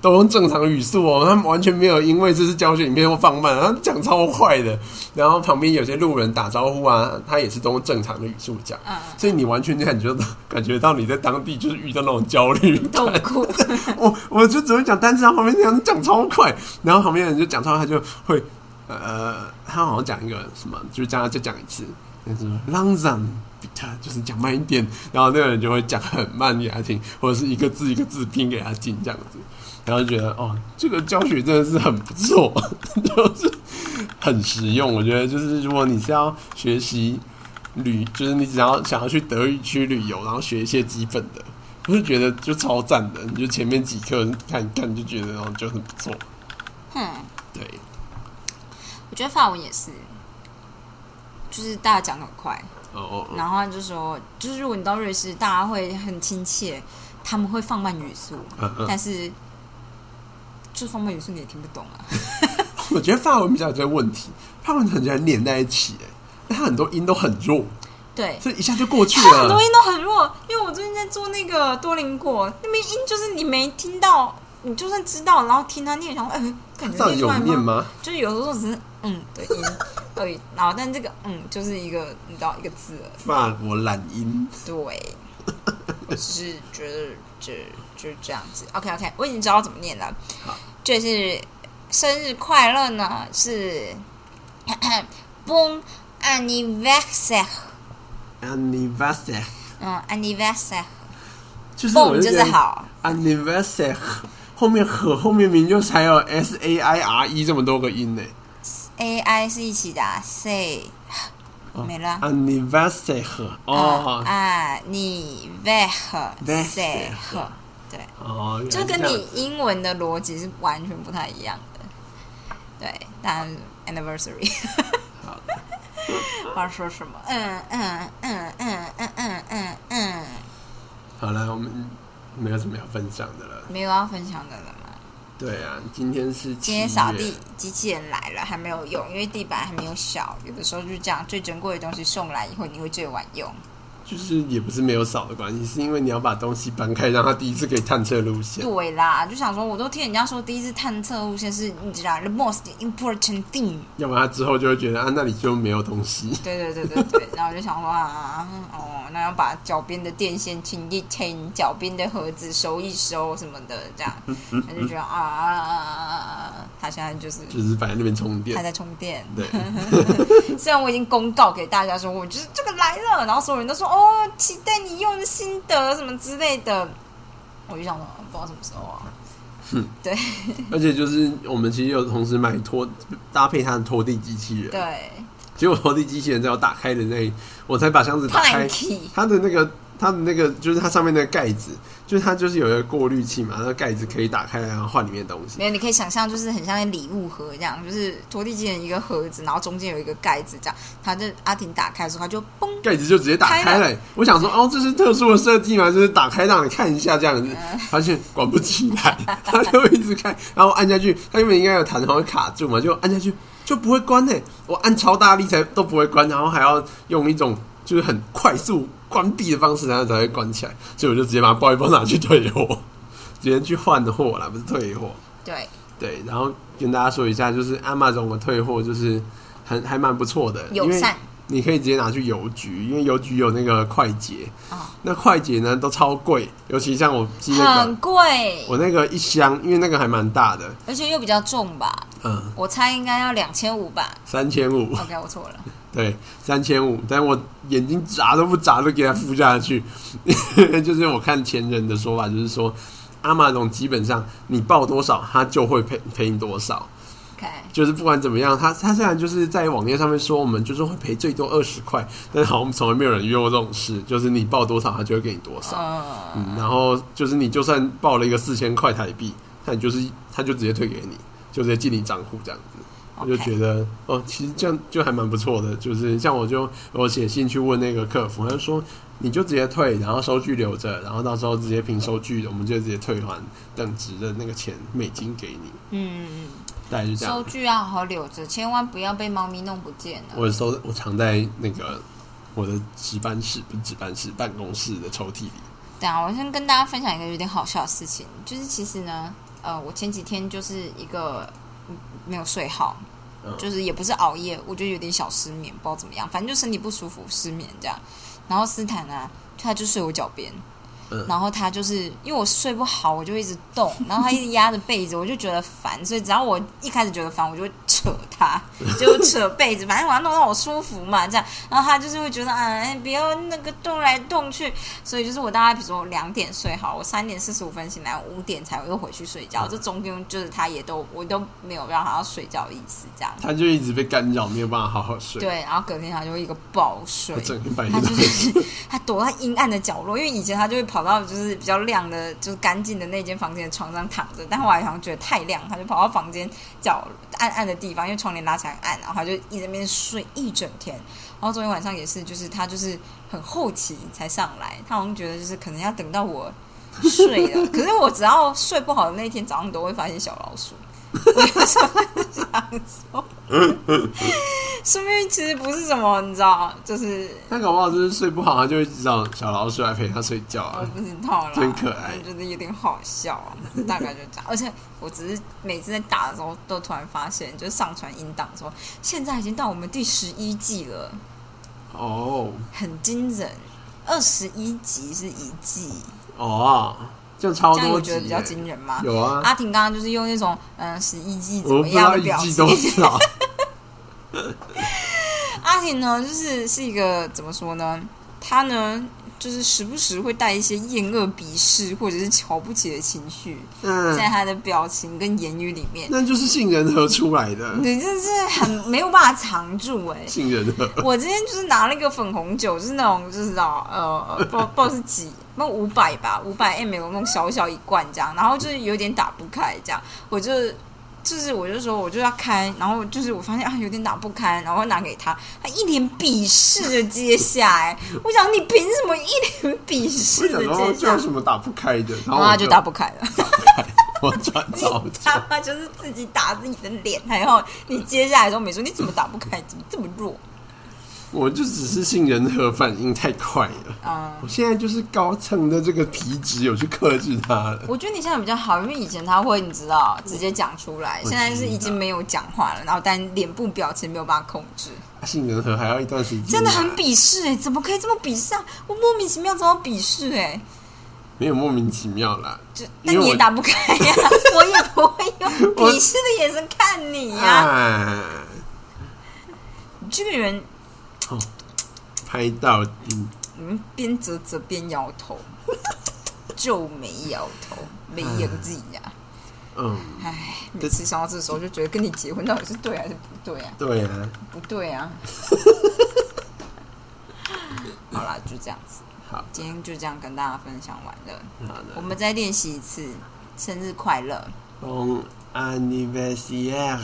Speaker 2: 都用正常语速哦，他们完全没有因为这是教学影片或放慢，他讲超快的。然后旁边有些路人打招呼啊，他也是都用正常的语速讲，
Speaker 1: 嗯
Speaker 2: 所以你完全就感觉到感觉到你在当地就是遇到那种焦虑感
Speaker 1: 痛 苦，
Speaker 2: 我我就只会讲单词，然后旁边那人讲超快，然后旁边的人就讲超快，他就会呃，他好像讲一个什么，就是这样就讲一次，但是 langsam bitte 就是讲慢一点，然后那个人就会讲很慢给他听，或者是一个字一个字拼给他听这样子，然后就觉得哦，这个教学真的是很不错， 就是很实用。我觉得就是如果你是要学习旅，就是你只要想要去德语区旅游，然后学一些基本的，我就觉得就超赞的。你就前面几课看一看，就觉得哦就很不错。
Speaker 1: 哼，
Speaker 2: 对，
Speaker 1: 我觉得法文也是，就是大家讲得很快，
Speaker 2: 哦哦哦，
Speaker 1: 然后他就说，就是如果你到瑞士，大家会很亲切，他们会放慢语速，
Speaker 2: 嗯嗯，
Speaker 1: 但是就是放慢语速你也听不懂啊。
Speaker 2: 我觉得法文比较有这个问题，法文很喜欢连在一起，哎，但它很多音都很弱，
Speaker 1: 对，
Speaker 2: 所以一下就过去
Speaker 1: 它很
Speaker 2: 了
Speaker 1: 多。音都很弱，因为我最近在做那个多邻国，那边音就是你没听到，你就算知道，然后听他念，然后哎、感觉
Speaker 2: 到底
Speaker 1: 念出
Speaker 2: 有
Speaker 1: 来
Speaker 2: 念
Speaker 1: 吗？
Speaker 2: 吗？
Speaker 1: 就是有时候只是嗯的音而已，然后但这个嗯就是一个你知道一个字而已。
Speaker 2: 法国懒音，
Speaker 1: 对， 我只是觉得就就这样子。OK OK，我已经知道怎么念了
Speaker 2: 好。
Speaker 1: 就是生日快乐呢，是 Bon anniversaire，
Speaker 2: anniversary，
Speaker 1: 嗯，anniversaire，Bon
Speaker 2: 就是我
Speaker 1: 就
Speaker 2: 觉
Speaker 1: 是
Speaker 2: 得
Speaker 1: 好，
Speaker 2: anniversary 后面和后面明明就才有 s a i r e 这么多个音呢。
Speaker 1: ，A I 是一起的啊，say
Speaker 2: 哦
Speaker 1: 没了。
Speaker 2: anniversary 哦
Speaker 1: 啊，你 v e r s a
Speaker 2: Versaire
Speaker 1: r 对，
Speaker 2: 哦，原来
Speaker 1: 就是跟
Speaker 2: 这样
Speaker 1: 你英文的逻辑是完全不太一样的。对，但 anniversary
Speaker 2: 好。
Speaker 1: 我要说什么？嗯嗯嗯嗯嗯嗯嗯嗯，
Speaker 2: 好了，我们没有什么要分享的了。
Speaker 1: 没有要分享的了吗？
Speaker 2: 对啊，今天是
Speaker 1: 今天
Speaker 2: 七
Speaker 1: 扫
Speaker 2: 月
Speaker 1: 地机器人来了，还没有用，因为地板还没有扫。有的时候就是这样，最珍贵的东西送来以后，你会最晚用。
Speaker 2: 就是也不是没有扫的关系，是因为你要把东西搬开，让它第一次可以探测路线。
Speaker 1: 对啦，就想说，我都听人家说，第一次探测路线是你知道 the most important thing。
Speaker 2: 要不然他之后就会觉得啊，那里就没有东西。
Speaker 1: 对对对对对，然后我就想说啊，嗯哦，那要把脚边的电线清一清，脚边的盒子收一收什么的，这 样，他就觉得啊，他现在 就是
Speaker 2: 就是摆在那边充
Speaker 1: 他
Speaker 2: 电。
Speaker 1: 在充电。
Speaker 2: 对，
Speaker 1: 虽然我已经公告给大家说，我就是这个来了，然后所有人都说哦，期待你用的心得什么之类的，我就想说，不知道什么时候啊。对
Speaker 2: 而且就是我们其实有同时买拖搭配它的拖地机器人，
Speaker 1: 对
Speaker 2: 结果拖地机器人在我打开的那一，我才把箱子打开，
Speaker 1: ，Panky，
Speaker 2: 它的那个它的那个就是它上面那个盖子，就是它就是有一个过滤器嘛，那个盖子可以打开然后换里面的东西
Speaker 1: 没。有，你可以想象，就是很像礼物盒这样，就是拖地机器人一个盒子，然后中间有一个盖子这样，它就阿婷打开的时候，它就嘣，
Speaker 2: 盖子就直接打开
Speaker 1: 开
Speaker 2: 了、
Speaker 1: 了
Speaker 2: 我想说，哦，这是特殊的设计嘛，就是打开让你看一下这样子，
Speaker 1: 嗯
Speaker 2: 发现管不起来， 它就一直开，然后按下去，它原本应该有弹簧卡住嘛，就按下去就不会关嘞、我按超大力才都不会关，然后还要用一种就是很快速关闭的方式，然后才会关起来，所以我就直接把它包一包拿去退货，直接去换货啦，不是退货。
Speaker 1: 对，
Speaker 2: 对，然后跟大家说一下，就是 Amazon 的退货就是很还蛮不错的，
Speaker 1: 友
Speaker 2: 因为
Speaker 1: 善
Speaker 2: 你可以直接拿去邮局，因为邮局有那个快捷。
Speaker 1: 哦
Speaker 2: 那快捷呢都超贵，尤其像我寄那
Speaker 1: 很
Speaker 2: 个，
Speaker 1: 贵，
Speaker 2: 我那个一箱，因为那个还蛮大的，
Speaker 1: 而且又比较重吧，
Speaker 2: 嗯，
Speaker 1: 我猜应该要两千五 吧。
Speaker 2: 三千五，
Speaker 1: OK，我错了，
Speaker 2: 对，三千五，但我眼睛眨都不眨就给它付下去， 因为就是我看前人的说法，就是说。Amazon 基本上你报多少，它就会赔赔你多少。
Speaker 1: OK，
Speaker 2: 就是不管怎么样，他他虽然就是在网页上面说我们就是会赔最多二十块，但是好像从来没有人约过这种事，就是你报多少，他就会给你多少。
Speaker 1: 嗯，
Speaker 2: 嗯，然后就是你就算报了一个四千块台币，他也就是他就直接退给你，就直接进你账户这样子。我就
Speaker 1: OK
Speaker 2: 觉得哦，其实这样就还蛮不错的。就是像我就我写信去问那个客服，他就说你就直接退，然后收据留着，然后到时候直接凭收据，我们就直接退还等值的那个钱美金给你。
Speaker 1: 嗯，
Speaker 2: 大概就这样
Speaker 1: 收。据要好好留着，千万不要被猫咪弄不见啊了。
Speaker 2: 我收我藏在那个我的值班室不是值班室办公室的抽屉里。
Speaker 1: 对啊，我先跟大家分享一个有点好笑的事情，就是其实呢，呃，我前几天就是一个嗯没有睡好，
Speaker 2: 嗯
Speaker 1: 就是也不是熬夜，我就有点小失眠，不知道怎么样，反正就身体不舒服，失眠这样。然后斯坦啊，他就睡我脚边，
Speaker 2: 嗯
Speaker 1: 然后他就是因为我睡不好，我就一直动，然后他一直压着被子，我就觉得烦，所以只要我一开始觉得烦，我就会扯 他，就扯被子，反正我要弄到我舒服嘛，这样。然后他就是会觉得，哎，不要那个动来动去，所以就是我大概比如说我两点睡好，我三点四十五分醒来，我五点才又回去睡
Speaker 2: 嗯
Speaker 1: 觉，这中间就是他也都我都没有让他要睡觉的意思，这样。
Speaker 2: 他就一直被干扰，没有办法好好睡。，
Speaker 1: 对，然后隔天他就会一个暴睡
Speaker 2: 我，整个半夜
Speaker 1: 他
Speaker 2: 都
Speaker 1: 就是他躲在阴暗的角落，因为以前他就会跑到就是比较亮的，就是干净的那间房间的床上躺着，但后来好像觉得太亮，他就跑到房间角暗暗的地方，因为窗帘拉起来很暗，然后他就一直在那边睡一整天。然后昨天晚上也是，就是他就是很后期才上来，他好像觉得就是可能要等到我睡了，可是我只要睡不好的那一天早上都会发现小老鼠。我有时候就 想 说，说明其实不是什么，你知道，就是
Speaker 2: 他搞不好就是睡不好，他就会找小老鼠来陪他睡觉
Speaker 1: 我
Speaker 2: 啊。
Speaker 1: 哦不知道啦，
Speaker 2: 真可爱
Speaker 1: 我觉得有点好笑、啊，大概就这样。而 且我只是每次在打的时候，都突然发现，就是上传音档说，现在已经到我们第十一季了，
Speaker 2: 哦
Speaker 1: 很惊人。二十一集是一季，
Speaker 2: 哦，这样超
Speaker 1: 这样有
Speaker 2: 多集
Speaker 1: 觉
Speaker 2: 耶，
Speaker 1: 得比较惊人吗？
Speaker 2: 有啊，
Speaker 1: 阿婷刚刚就是用那种嗯十一季怎
Speaker 2: 我
Speaker 1: 么
Speaker 2: 不知
Speaker 1: 样
Speaker 2: 道
Speaker 1: 的
Speaker 2: 一
Speaker 1: 表
Speaker 2: 季
Speaker 1: 情，
Speaker 2: 多 少。
Speaker 1: 阿婷呢，就是是一个怎么说呢？她呢，就是时不时会带一些厌恶、鄙视或者是瞧不起的情绪，
Speaker 2: 嗯，
Speaker 1: 在她的表情跟言语里面。
Speaker 2: 那就是杏仁核出来的，
Speaker 1: 你真是很 没有办法藏住哎、
Speaker 2: 杏仁核。
Speaker 1: 我今天就是拿了一个粉红酒，就是那种就是啊呃不知道是几，那五百吧，五百 ml 那种小小一罐这样，然后就是有点打不开这样，我就就是我就说我就要开，然后就是我发现啊有点打不开，然后拿给他，他一脸鄙视的接下来，我想你凭什么一脸鄙
Speaker 2: 我
Speaker 1: 视
Speaker 2: 想
Speaker 1: 的
Speaker 2: 说
Speaker 1: 接
Speaker 2: 这
Speaker 1: 下
Speaker 2: 有
Speaker 1: 来，
Speaker 2: 什么打不开的？然
Speaker 1: 然
Speaker 2: 后
Speaker 1: 后
Speaker 2: 我
Speaker 1: 他就打不开了。
Speaker 2: 我转早
Speaker 1: 他妈就是自己打自己的脸，然后你接下来都没说你怎么打不开，怎么这么弱？
Speaker 2: 我就只是杏仁核反应太快了。
Speaker 1: 嗯，
Speaker 2: 我现在就是高层的这个皮质有去克制它了。
Speaker 1: 我觉得你现在比较好，因为以前他会你知道直接讲出来，
Speaker 2: 我
Speaker 1: 现在是
Speaker 2: 知道
Speaker 1: 已经没有讲话了，然后但脸部表情没有办法控制，
Speaker 2: 杏仁核还要一段时间啊，
Speaker 1: 真的很鄙视哎、怎么可以这么鄙视啊？我莫名其妙怎么鄙视哎、
Speaker 2: 没有莫名其妙啦。
Speaker 1: 就但
Speaker 2: 因为
Speaker 1: 你也
Speaker 2: 我
Speaker 1: 打不开 呀、我也不会用鄙视的眼神看你 呀、
Speaker 2: 啊，
Speaker 1: 你这个人，
Speaker 2: 哦拍到底，
Speaker 1: 嗯，边啧啧边摇头， 皱眉摇头，没演技呀、
Speaker 2: 嗯，
Speaker 1: 唉，每次想到这时候就觉得跟你结婚到底是对还是不对啊？
Speaker 2: 对啊，
Speaker 1: 不对 啊！好啦，就这样子，
Speaker 2: 好，
Speaker 1: 今天就这样跟大家分享完了。
Speaker 2: 好
Speaker 1: 我
Speaker 2: 的，
Speaker 1: 们再练习一次，生日快乐
Speaker 2: bon anniversaire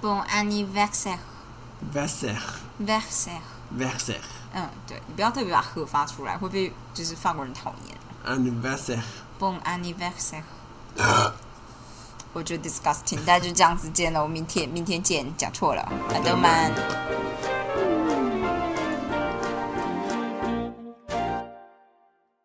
Speaker 1: ，Bon anniversaire，versaire。
Speaker 2: versaire versaire
Speaker 1: 嗯，对你不要特别把“和”发出来，会被就是法国人讨厌。
Speaker 2: anniversaire，
Speaker 1: Bon anniversaire，我觉得 disgusting，大家就这样子见了，我明天明天见，讲错了，阿德曼。
Speaker 2: 拜